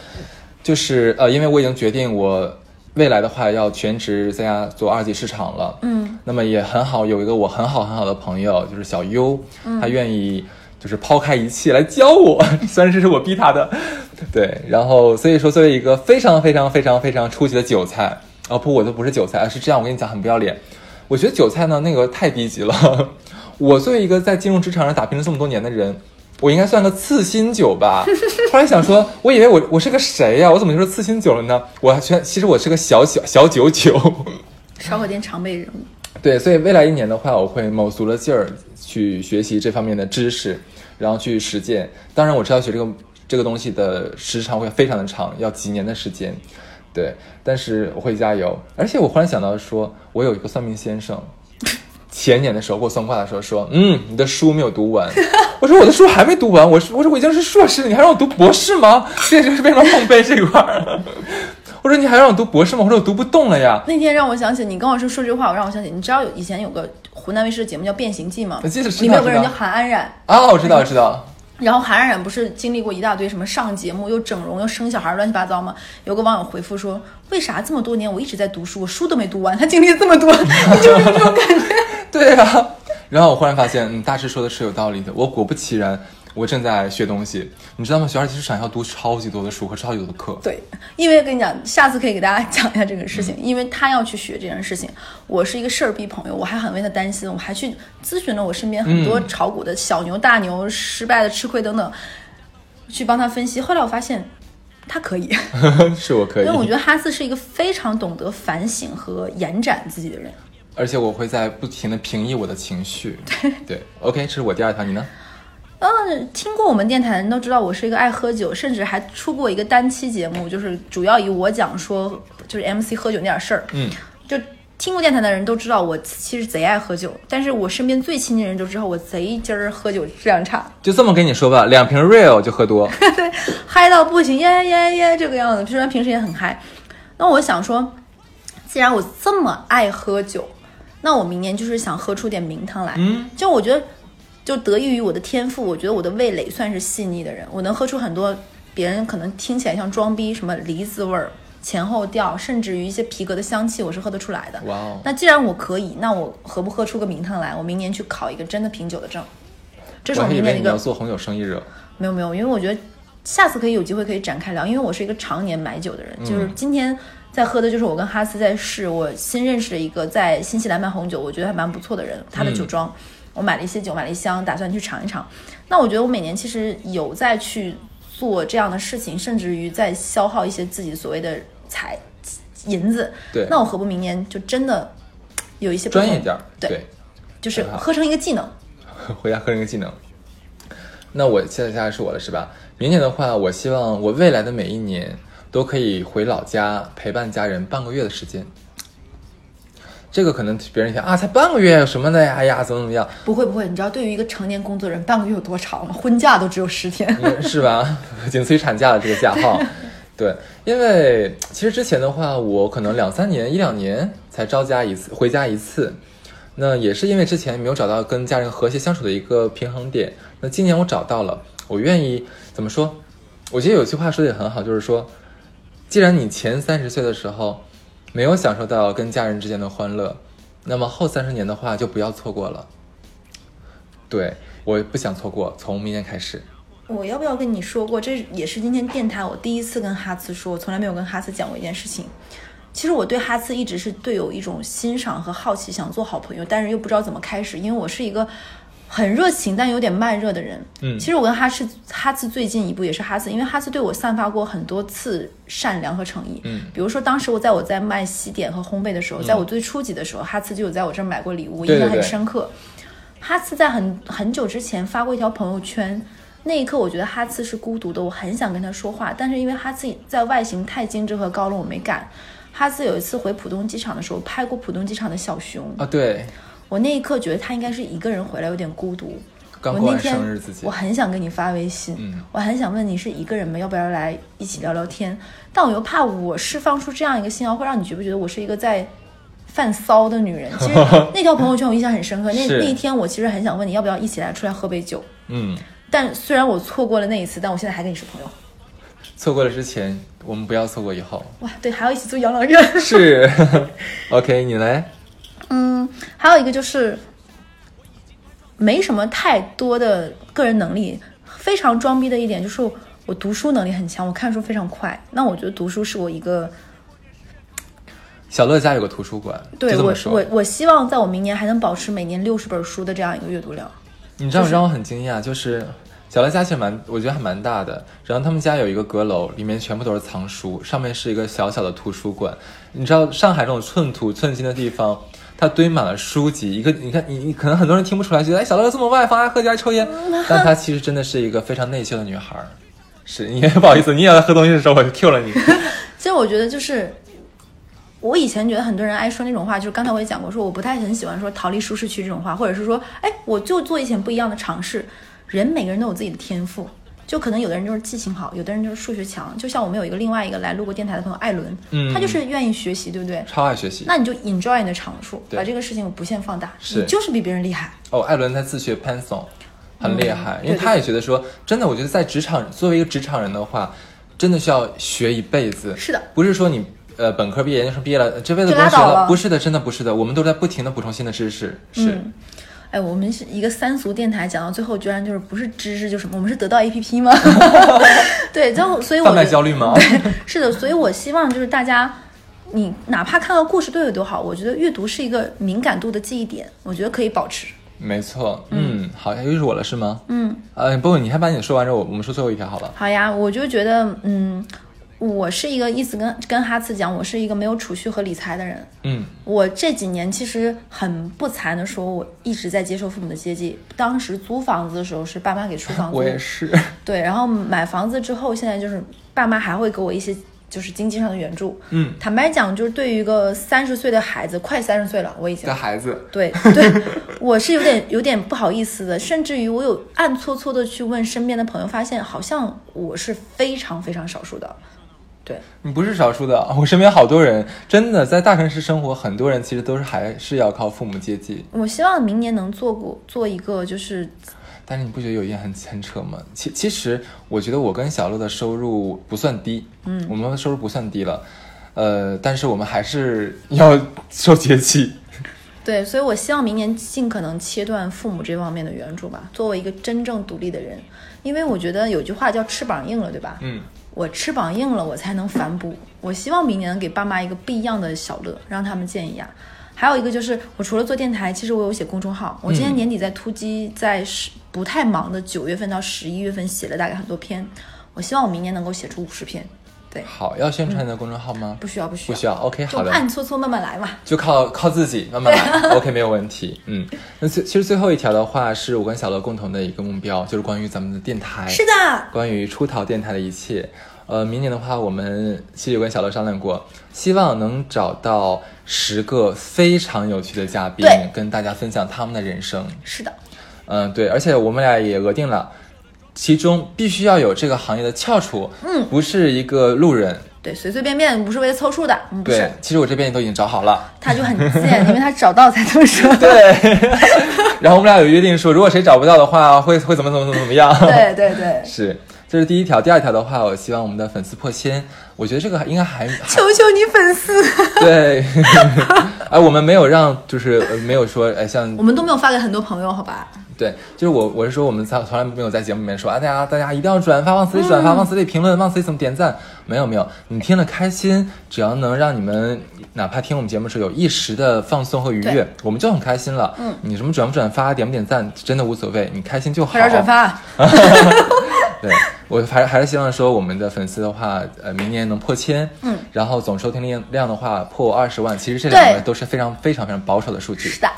[SPEAKER 1] 就是呃，因为我已经决定我未来的话要全职在家做二级市场了。
[SPEAKER 2] 嗯，
[SPEAKER 1] 那么也很好，有一个我很好很好的朋友，就是小优，他愿意就是抛开一切来教我， 虽然这是我逼他的，对。然后所以说，作为一个非常非常非常非常初级的韭菜，哦不，我都不是韭菜，是这样，我跟你讲，很不要脸。我觉得韭菜呢，那个太低级了。 我作为一个在金融职场上打拼了这么多年的人，我应该算个次新韭吧。后来想说，我以为我我是个谁呀、我怎么就是次新韭了呢？我还全其实我是个小小小九九。
[SPEAKER 2] 烧烤店常备人物。
[SPEAKER 1] 对，所以未来一年的话，我会卯足了劲儿去学习这方面的知识，然后去实践。当然，我知道学这个这个东西的时长会非常的长，要几年的时间。对，但是我会加油。而且我忽然想到说，我有一个算命先生，前年的时候给我算卦的时候说，嗯，你的书没有读完。 我说我的书还没读完，我说我说我已经是硕士了，你还让我读博士吗？ 这就是非常碰杯这一块儿。 我说你还让我读博士吗？我说我读不动了呀。
[SPEAKER 2] 那天让我想起你跟我说说这句话，我让我想起，你知道有以前有个湖南卫视的节目叫《变形记》吗？
[SPEAKER 1] 我记得知道
[SPEAKER 2] 里面有个人
[SPEAKER 1] 知
[SPEAKER 2] 叫
[SPEAKER 1] 道
[SPEAKER 2] 韩安冉，
[SPEAKER 1] 啊，我知道，我知道。
[SPEAKER 2] 然后韩冉冉不是经历过一大堆什么上节目又整容又生小孩乱七八糟吗？有个网友回复说：“为啥这么多年我一直在读书，我书都没读完？他经历了这么多， 你就是这种感觉。
[SPEAKER 1] 对啊，然后我忽然发现，嗯，大师说的是有道理的。我果不其然，我正在学东西。你知道吗？学二级市场要读超级多的书和超级多的 课”。
[SPEAKER 2] 对，因为跟你讲，下次可以给大家讲一下这个事情，因为他要去学这件事情。我是一个事儿逼朋友，我还很为他担心，我还去咨询了我身边很多炒股的小牛、大牛、失败的、吃亏等等，去帮他分析。后来我发现，他可以，
[SPEAKER 1] 是我可以
[SPEAKER 2] 因为，我觉得哈斯是一个非常懂得反省和延展自己的人。
[SPEAKER 1] 而且我会在不停的平抑我的情绪。对，OK，这是我第二条，你呢？
[SPEAKER 2] 嗯，听过我们电台的人都知道，我是一个爱喝酒，甚至还出过一个单期节目，就是主要以我讲说，就是 MC 喝酒那点事儿。
[SPEAKER 1] 嗯，
[SPEAKER 2] 就听过电台的人都知道，我其实贼爱喝酒，但是我身边最亲近的人都知道我贼今儿喝酒质量差，
[SPEAKER 1] 就这么跟你说吧，两瓶 real 就喝多。
[SPEAKER 2] 嗨到不行，耶耶耶这个样子。虽然平时也很嗨，那我想说，既然我这么爱喝酒，那我明年就是想喝出点名堂来。
[SPEAKER 1] 嗯，
[SPEAKER 2] 就我觉得，就得益于我的天赋，我觉得我的味蕾算是细腻的人，我能喝出很多别人可能听起来像装逼什么梨子味儿、前后调，甚至于一些皮革的香气，我是喝得出来的。
[SPEAKER 1] 哇哦，
[SPEAKER 2] 那既然我可以，那我何不喝出个名堂来？我明年去考一个真的品酒的证，这是
[SPEAKER 1] 我
[SPEAKER 2] 我
[SPEAKER 1] 还以
[SPEAKER 2] 明年
[SPEAKER 1] 为
[SPEAKER 2] 的一
[SPEAKER 1] 你
[SPEAKER 2] 个
[SPEAKER 1] 要做红酒生意人。
[SPEAKER 2] 没有没有，因为我觉得下次可以有机会可以展开聊，因为我是一个常年买酒的人，
[SPEAKER 1] 嗯
[SPEAKER 2] 就是今天在喝的就是我跟哈斯在试我新认识的一个在新西兰卖红酒，我觉得还蛮不错的人，他
[SPEAKER 1] 嗯
[SPEAKER 2] 的酒庄。我买了一些酒，买了一箱，打算去尝一尝。那我觉得我每年其实有在去做这样的事情，甚至于在消耗一些自己所谓的财银子。
[SPEAKER 1] 对
[SPEAKER 2] 那我何不明年就真的有一些不
[SPEAKER 1] 专业
[SPEAKER 2] 同
[SPEAKER 1] 点儿。
[SPEAKER 2] 对，
[SPEAKER 1] 对
[SPEAKER 2] 就是
[SPEAKER 1] 很好
[SPEAKER 2] 喝成一个技能。
[SPEAKER 1] 回家喝一个技能。那我现在下来是我了，是吧？明年的话，我希望我未来的每一年都可以回老家陪伴家人半个月的时间。这个可能别人想啊，才半个月有什么的呀？哎呀，怎么怎么样，
[SPEAKER 2] 不会不会，你知道对于一个成年工作人，半个月有多长吗？婚假都只有十天。
[SPEAKER 1] 嗯 是吧？仅次于产假的这个假号。对，因为其实之前的话，我可能两三年、一两年才招家一次，回家一次。那也是因为之前没有找到跟家人和谐相处的一个平衡点。那今年我找到了，我愿意怎么说？我觉得有句话说的也很好，就是说，既然你前三十岁的时候没有享受到跟家人之间的欢乐，那么后三十年的话就不要错过了。对，我不想错过，从明年开始。
[SPEAKER 2] 我要不要跟你说过？这也是今天电台我第一次跟哈茨说，我从来没有跟哈茨讲过一件事情。其实我对哈茨一直是对有一种欣赏和好奇，想做好朋友，但是又不知道怎么开始，因为我是一个很热情但有点慢热的人。
[SPEAKER 1] 嗯
[SPEAKER 2] 其实我跟哈茨哈茨最近一步也是哈茨，因为哈茨对我散发过很多次善良和诚意。
[SPEAKER 1] 嗯
[SPEAKER 2] 比如说当时我在我在卖西点和烘焙的时候，在我最初级的时候，哈茨就有在我这儿买过礼物，
[SPEAKER 1] 对
[SPEAKER 2] 印象
[SPEAKER 1] 对
[SPEAKER 2] 很
[SPEAKER 1] 对
[SPEAKER 2] 深刻。哈茨在很很久之前发过一条朋友圈，那一刻我觉得哈茨是孤独的，我很想跟他说话，但是因为哈茨在外形太精致和高了，我没敢。哈茨有一次回浦东机场的时候，拍过浦东机场的小熊，
[SPEAKER 1] 啊，对，
[SPEAKER 2] 我那一刻觉得他应该是一个人回来，有点孤独。
[SPEAKER 1] 刚
[SPEAKER 2] 我
[SPEAKER 1] 过
[SPEAKER 2] 那
[SPEAKER 1] 完
[SPEAKER 2] 天
[SPEAKER 1] 生日自己
[SPEAKER 2] 我，很想跟你发微信，
[SPEAKER 1] 嗯
[SPEAKER 2] 我很想问你是一个人吗？要不要来一起聊聊天？但我又怕我释放出这样一个信号，会让你觉不觉得我是一个在犯骚的女人？ 其实那条朋友圈我印象很深刻，那
[SPEAKER 1] 是
[SPEAKER 2] 那一天我其实很想问你要不要一起来出来喝杯酒，
[SPEAKER 1] 嗯，
[SPEAKER 2] 但虽然我错过了那一次，但我现在还跟你是朋友。
[SPEAKER 1] 错过了之前，我们不要错过以后。
[SPEAKER 2] 哇，对，还要一起住养老院。
[SPEAKER 1] 是 ，OK，你来，
[SPEAKER 2] 嗯，还有一个就是没什么太多的个人能力，非常装逼的一点就是我读书能力很强，我看书非常快。那我觉得读书是我一个
[SPEAKER 1] 小乐家有个图书馆，
[SPEAKER 2] 对
[SPEAKER 1] 就这
[SPEAKER 2] 我
[SPEAKER 1] 么说。
[SPEAKER 2] 我我希望在我明年还能保持每年六十本书的这样一个阅读量。
[SPEAKER 1] 你知道让我很惊讶，就是小乐家其实蛮，我觉得还蛮大的。然后他们家有一个阁楼，里面全部都是藏书，上面是一个小小的图书馆。你知道上海这种寸土寸金的地方，它堆满了书籍。一个你看你你可能很多人听不出来，觉得哎小乐这么外放，爱喝酒爱抽烟，但她其实真的是一个非常内秀的女孩儿。是你不好意思，你也在喝东西的时候我就 Q 了你。
[SPEAKER 2] 其实我觉得就是。我以前觉得很多人爱说那种话，就是刚才我也讲过，说我不太很喜欢说逃离舒适区这种话，或者是说，哎，我就做一些不一样的尝试。人每个人都有自己的天赋，就可能有的人就是记性好，有的人就是数学强。就像我们有一个另外一个来录过电台的朋友艾伦，
[SPEAKER 1] 嗯
[SPEAKER 2] 他就是愿意学习，对不对？
[SPEAKER 1] 超爱学习
[SPEAKER 2] 那你就 enjoy 你的长处，
[SPEAKER 1] 对
[SPEAKER 2] 把这个事情不限放大，
[SPEAKER 1] 是
[SPEAKER 2] 你就是比别人厉害。
[SPEAKER 1] 哦，艾伦他自学 Python，很厉害，
[SPEAKER 2] 嗯
[SPEAKER 1] 因为
[SPEAKER 2] 对
[SPEAKER 1] 他也觉得说，真的，我觉得在职场作为一个职场人的话，真的需要学一辈子。
[SPEAKER 2] 是的
[SPEAKER 1] 不是说你呃本科毕业、研究生毕业了，呃这辈子
[SPEAKER 2] 就
[SPEAKER 1] 不用
[SPEAKER 2] 拉
[SPEAKER 1] 学
[SPEAKER 2] 倒了
[SPEAKER 1] 不是的，真的不是的，我们都在不停的补充新的知识。是，
[SPEAKER 2] 嗯哎，我们是一个三俗电台，讲到最后居然就是不是知识就是什么，我们是得到 APP 吗？对，然后所以我
[SPEAKER 1] 贩卖
[SPEAKER 2] 就
[SPEAKER 1] 焦虑吗？
[SPEAKER 2] 是的，所以我希望就是大家，你哪怕看到故事对有多好，我觉得阅读是一个敏感度的记忆点，我觉得可以保持。
[SPEAKER 1] 没错，嗯，好，又是我了是吗？
[SPEAKER 2] 嗯，
[SPEAKER 1] 呃，不，你先把你说完之后，我我们说最后一条好了。
[SPEAKER 2] 好呀，我就觉得，嗯，我是一个一直跟跟哈茨讲，我是一个没有储蓄和理财的人。
[SPEAKER 1] 嗯，
[SPEAKER 2] 我这几年其实很不惭的说，我一直在接受父母的接济。当时租房子的时候是爸妈给出 房租，
[SPEAKER 1] 我也是。
[SPEAKER 2] 对，然后买房子之后，现在就是爸妈还会给我一些就是经济上的援助。
[SPEAKER 1] 嗯，
[SPEAKER 2] 坦白讲，就是对于一个三十岁的孩子，快三十岁了，我已经
[SPEAKER 1] 的孩子，
[SPEAKER 2] 对对，我是有点有点不好意思的，甚至于我有暗搓搓的去问身边的朋友，发现好像我是非常非常少数的。对，
[SPEAKER 1] 你不是少数的，我身边好多人，真的在大城市生活，很多人其实都是还是要靠父母接济。
[SPEAKER 2] 我希望明年能做过做一个就是
[SPEAKER 1] 但是你不觉得有一点很很扯吗？其其实我觉得我跟小乐的收入不算低，嗯，我们的收入不算低了，呃，但是我们还是要受节气。
[SPEAKER 2] 对，所以我希望明年尽可能切断父母这方面的援助吧，作为一个真正独立的人，因为我觉得有句话叫翅膀硬了，对吧？
[SPEAKER 1] 嗯，
[SPEAKER 2] 我翅膀硬了，我才能反哺。我希望明年能给爸妈一个不一样的小乐，让他们见一样。还有一个就是，我除了做电台，其实我有写公众号。我今年年底在突击，在十不太忙的九月份到十一月份写了大概很多篇。我希望我明年能够写出五十篇。对，
[SPEAKER 1] 好，要宣传你的公众号吗？
[SPEAKER 2] 嗯不需要，不需
[SPEAKER 1] 不
[SPEAKER 2] 要，
[SPEAKER 1] 需要，OK，好
[SPEAKER 2] 就
[SPEAKER 1] 的，
[SPEAKER 2] 暗搓搓慢慢来嘛。
[SPEAKER 1] 就靠靠自己慢慢 来，OK，没有问题。嗯，那最其实最后一条的话，是我跟小乐共同的一个目标，就是关于咱们的电台。
[SPEAKER 2] 是的，
[SPEAKER 1] 关于出逃电台的一切。呃，明年的话，我们其实有跟小乐商量过，希望能找到十个非常有趣的嘉宾
[SPEAKER 2] 对，
[SPEAKER 1] 跟大家分享他们的人生。
[SPEAKER 2] 是的。
[SPEAKER 1] 嗯，对，而且我们俩也额定了，其中必须要有这个行业的翘楚，
[SPEAKER 2] 嗯
[SPEAKER 1] 不是一个路人，
[SPEAKER 2] 对，随随便便不是为了凑数的，嗯，不是
[SPEAKER 1] 对，，其实我这边都已经找好了。
[SPEAKER 2] 他就很贱，因为他找到才这么说。
[SPEAKER 1] 对，然后我们俩有约定说，如果谁找不到的话，会会怎么怎么怎么怎么样。
[SPEAKER 2] 对对对，
[SPEAKER 1] 是，这是第一条。第二条的话，我希望我们的粉丝破千，我觉得这个还应该还
[SPEAKER 2] 求求你粉丝，
[SPEAKER 1] 对。 哎，我们没有让，就是呃没有说，哎，像
[SPEAKER 2] 我们都没有发给很多朋友，好吧？
[SPEAKER 1] 对，就是我我是说，我们从从来没有在节目里面说啊，大家大家一定要转发，往
[SPEAKER 2] 嗯
[SPEAKER 1] 死里转发，往死里评论，往死里怎么点赞，没有没有，你听了开心，只要能让你们哪怕听我们节目的时候有一时的放松和愉悦
[SPEAKER 2] 对，
[SPEAKER 1] 我们就很开心了。嗯，你什么转不转发，点不点赞，真的无所谓，你开心就好。
[SPEAKER 2] 快点转发，
[SPEAKER 1] 对 我还还是希望说我们的粉丝的话，呃，明年能破千，
[SPEAKER 2] 嗯，
[SPEAKER 1] 然后总收听量量的话破二十万，其实这两个
[SPEAKER 2] 对
[SPEAKER 1] 都是非常非常非常保守的数据。
[SPEAKER 2] 是的，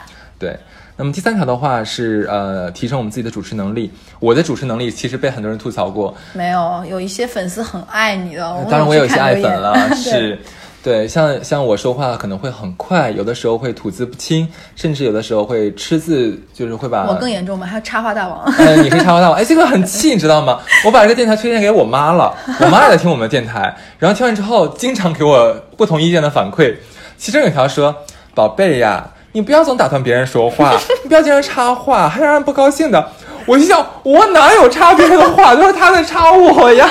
[SPEAKER 1] 对。那么第三条的话是呃，提升我们自己的主持能力。我的主持能力其实被很多人吐槽过，
[SPEAKER 2] 没有，有一些粉丝很爱你的，
[SPEAKER 1] 哎当然我有
[SPEAKER 2] 有
[SPEAKER 1] 一
[SPEAKER 2] 哦去
[SPEAKER 1] 些
[SPEAKER 2] 看
[SPEAKER 1] 爱
[SPEAKER 2] 留
[SPEAKER 1] 粉
[SPEAKER 2] 言
[SPEAKER 1] 了，
[SPEAKER 2] 对
[SPEAKER 1] 是。对，像像我说话可能会很快，有的时候会吐字不清，甚至有的时候会吃字，就是会把
[SPEAKER 2] 我更严重吧，还有插花大王，
[SPEAKER 1] 呃，你可以查到我，哎，这个很气，你知道吗？我把这个电台推荐给我妈了，我妈也在听我们的电台，然后听完之后，经常给我不同意见的反馈。其中有一条说：“宝贝呀，你不要总打断别人说话，你不要经常插话，还让人不高兴的。”我心想，我哪有插别人的话，都是他在插我呀。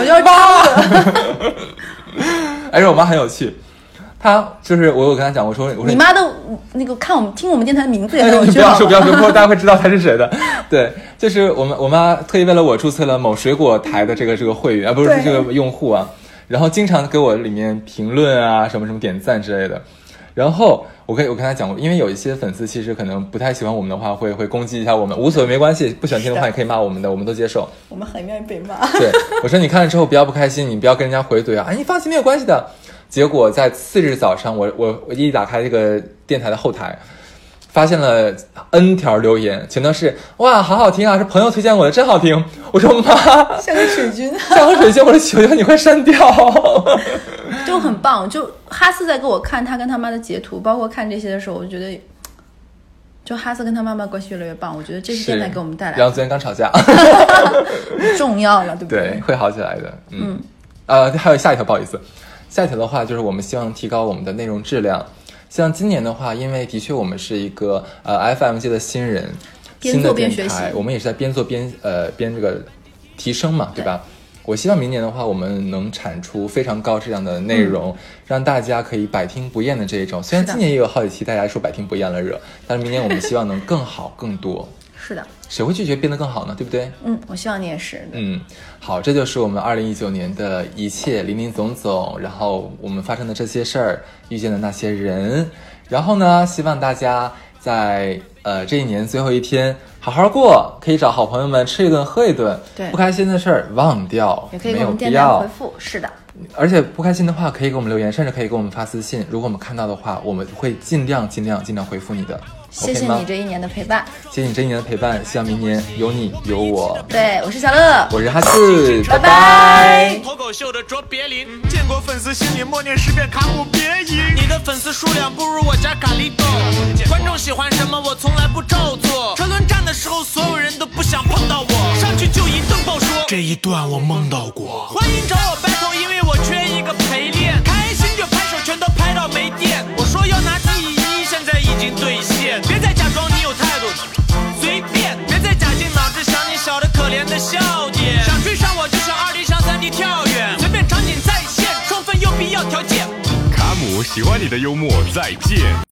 [SPEAKER 2] 我就是超子，
[SPEAKER 1] 而哎且我妈很有趣，她就是我有跟她讲，我说我说
[SPEAKER 2] 你妈的那个看我们听我们电台的名字也
[SPEAKER 1] 哎
[SPEAKER 2] 很有
[SPEAKER 1] 你不
[SPEAKER 2] 趣，
[SPEAKER 1] 要
[SPEAKER 2] 好
[SPEAKER 1] 说
[SPEAKER 2] 吗
[SPEAKER 1] 不要说，不过大家会知道他是谁的。 对，就是我们我妈特意为了我注册了某水果台的这个这个会员，啊，不是
[SPEAKER 2] 对
[SPEAKER 1] 这个用户啊，然后经常给我里面评论啊，什么什么点赞之类的。然后我跟我跟他讲过，因为有一些粉丝其实可能不太喜欢我们的话，会会攻击一下我们，无所谓没关系，不喜欢听的话
[SPEAKER 2] 是
[SPEAKER 1] 也可以骂我们的，我们都接受。
[SPEAKER 2] 我们很愿意被骂，
[SPEAKER 1] 对，我说你看了之后不要不开心，你不要跟人家回怼啊，哎，你放心没有关系的。结果在次日早上，我我我一打开这个电台的后台，发现了 N 条留言，全都是哇，好好听啊，是朋友推荐我的，真好听。我说妈，
[SPEAKER 2] 像个水军。
[SPEAKER 1] 像个水仙，我的求求你快删掉。
[SPEAKER 2] 就很棒。就哈斯在给我看他跟他妈的截图，包括看这些的时候，我就觉得，就哈斯跟他妈妈关系越来越棒。我觉得这是电台给我们带来
[SPEAKER 1] 然
[SPEAKER 2] 的
[SPEAKER 1] 后昨天刚吵架，
[SPEAKER 2] 重要了，对不
[SPEAKER 1] 对，会好起来的。嗯，呃，还有下一条，不好意思，下一条的话就是我们希望提高我们的内容质量。像今年的话，因为的确我们是一个呃 FM 界的新人，
[SPEAKER 2] 边
[SPEAKER 1] 新的
[SPEAKER 2] 做边
[SPEAKER 1] 电
[SPEAKER 2] 学习
[SPEAKER 1] 台，我们也是在边做边呃边这个提升嘛，对吧？我希望明年的话，我们能产出非常高质量的内容，让大家可以百听不厌的这一种。虽然
[SPEAKER 2] 嗯是的
[SPEAKER 1] 今年也有好几期大家说百听不厌了惹，但是明年我们希望能更好更多。
[SPEAKER 2] 是的，
[SPEAKER 1] 谁会拒绝变得更好呢？对不对？
[SPEAKER 2] 嗯，我希望你也是。
[SPEAKER 1] 嗯，好，这就是我们二零一九年的一切林林总总，然后我们发生的这些事儿，遇见的那些人，然后呢，希望大家在呃这一年最后一天好好过，可以找好朋友们吃一顿喝一顿，
[SPEAKER 2] 对
[SPEAKER 1] 不开心的事儿忘掉，
[SPEAKER 2] 也可以
[SPEAKER 1] 没
[SPEAKER 2] 给我
[SPEAKER 1] 有
[SPEAKER 2] 们
[SPEAKER 1] 必
[SPEAKER 2] 电台
[SPEAKER 1] 要
[SPEAKER 2] 回。复，是的，
[SPEAKER 1] 而且不开心的话可以给我们留言，甚至可以给我们发私信，如果我们看到的话，我们会尽量尽量尽量回复你的。
[SPEAKER 2] 谢谢
[SPEAKER 1] OK 吗
[SPEAKER 2] 你这一年的陪伴。
[SPEAKER 1] 谢谢你这一年的陪伴，希望明年有你有我。
[SPEAKER 2] 对，我是小乐，
[SPEAKER 1] 我是哈四，
[SPEAKER 2] 拜拜。
[SPEAKER 3] 脱口秀的卓别林，
[SPEAKER 4] 见过粉丝心里默念十遍卡姆别赢。
[SPEAKER 3] 你的粉丝数量不如我家咖喱豆。观众喜欢什么我从来不照做。车轮战的时候，所有人都不想碰到我，上去就一顿暴说。
[SPEAKER 4] 这一段我梦到过。
[SPEAKER 3] 欢迎找我 battle，因为我缺一个陪练。开心就拍手，全都拍到没电。我说要拿第一，现在已经兑现。别再假装你有态度，随便。别再绞尽脑汁想你小的可怜的笑点。想追上我就像二 D 上三 D 跳远，随便场景再现，充分又必要条件。
[SPEAKER 5] 卡姆喜欢你的幽默，再见。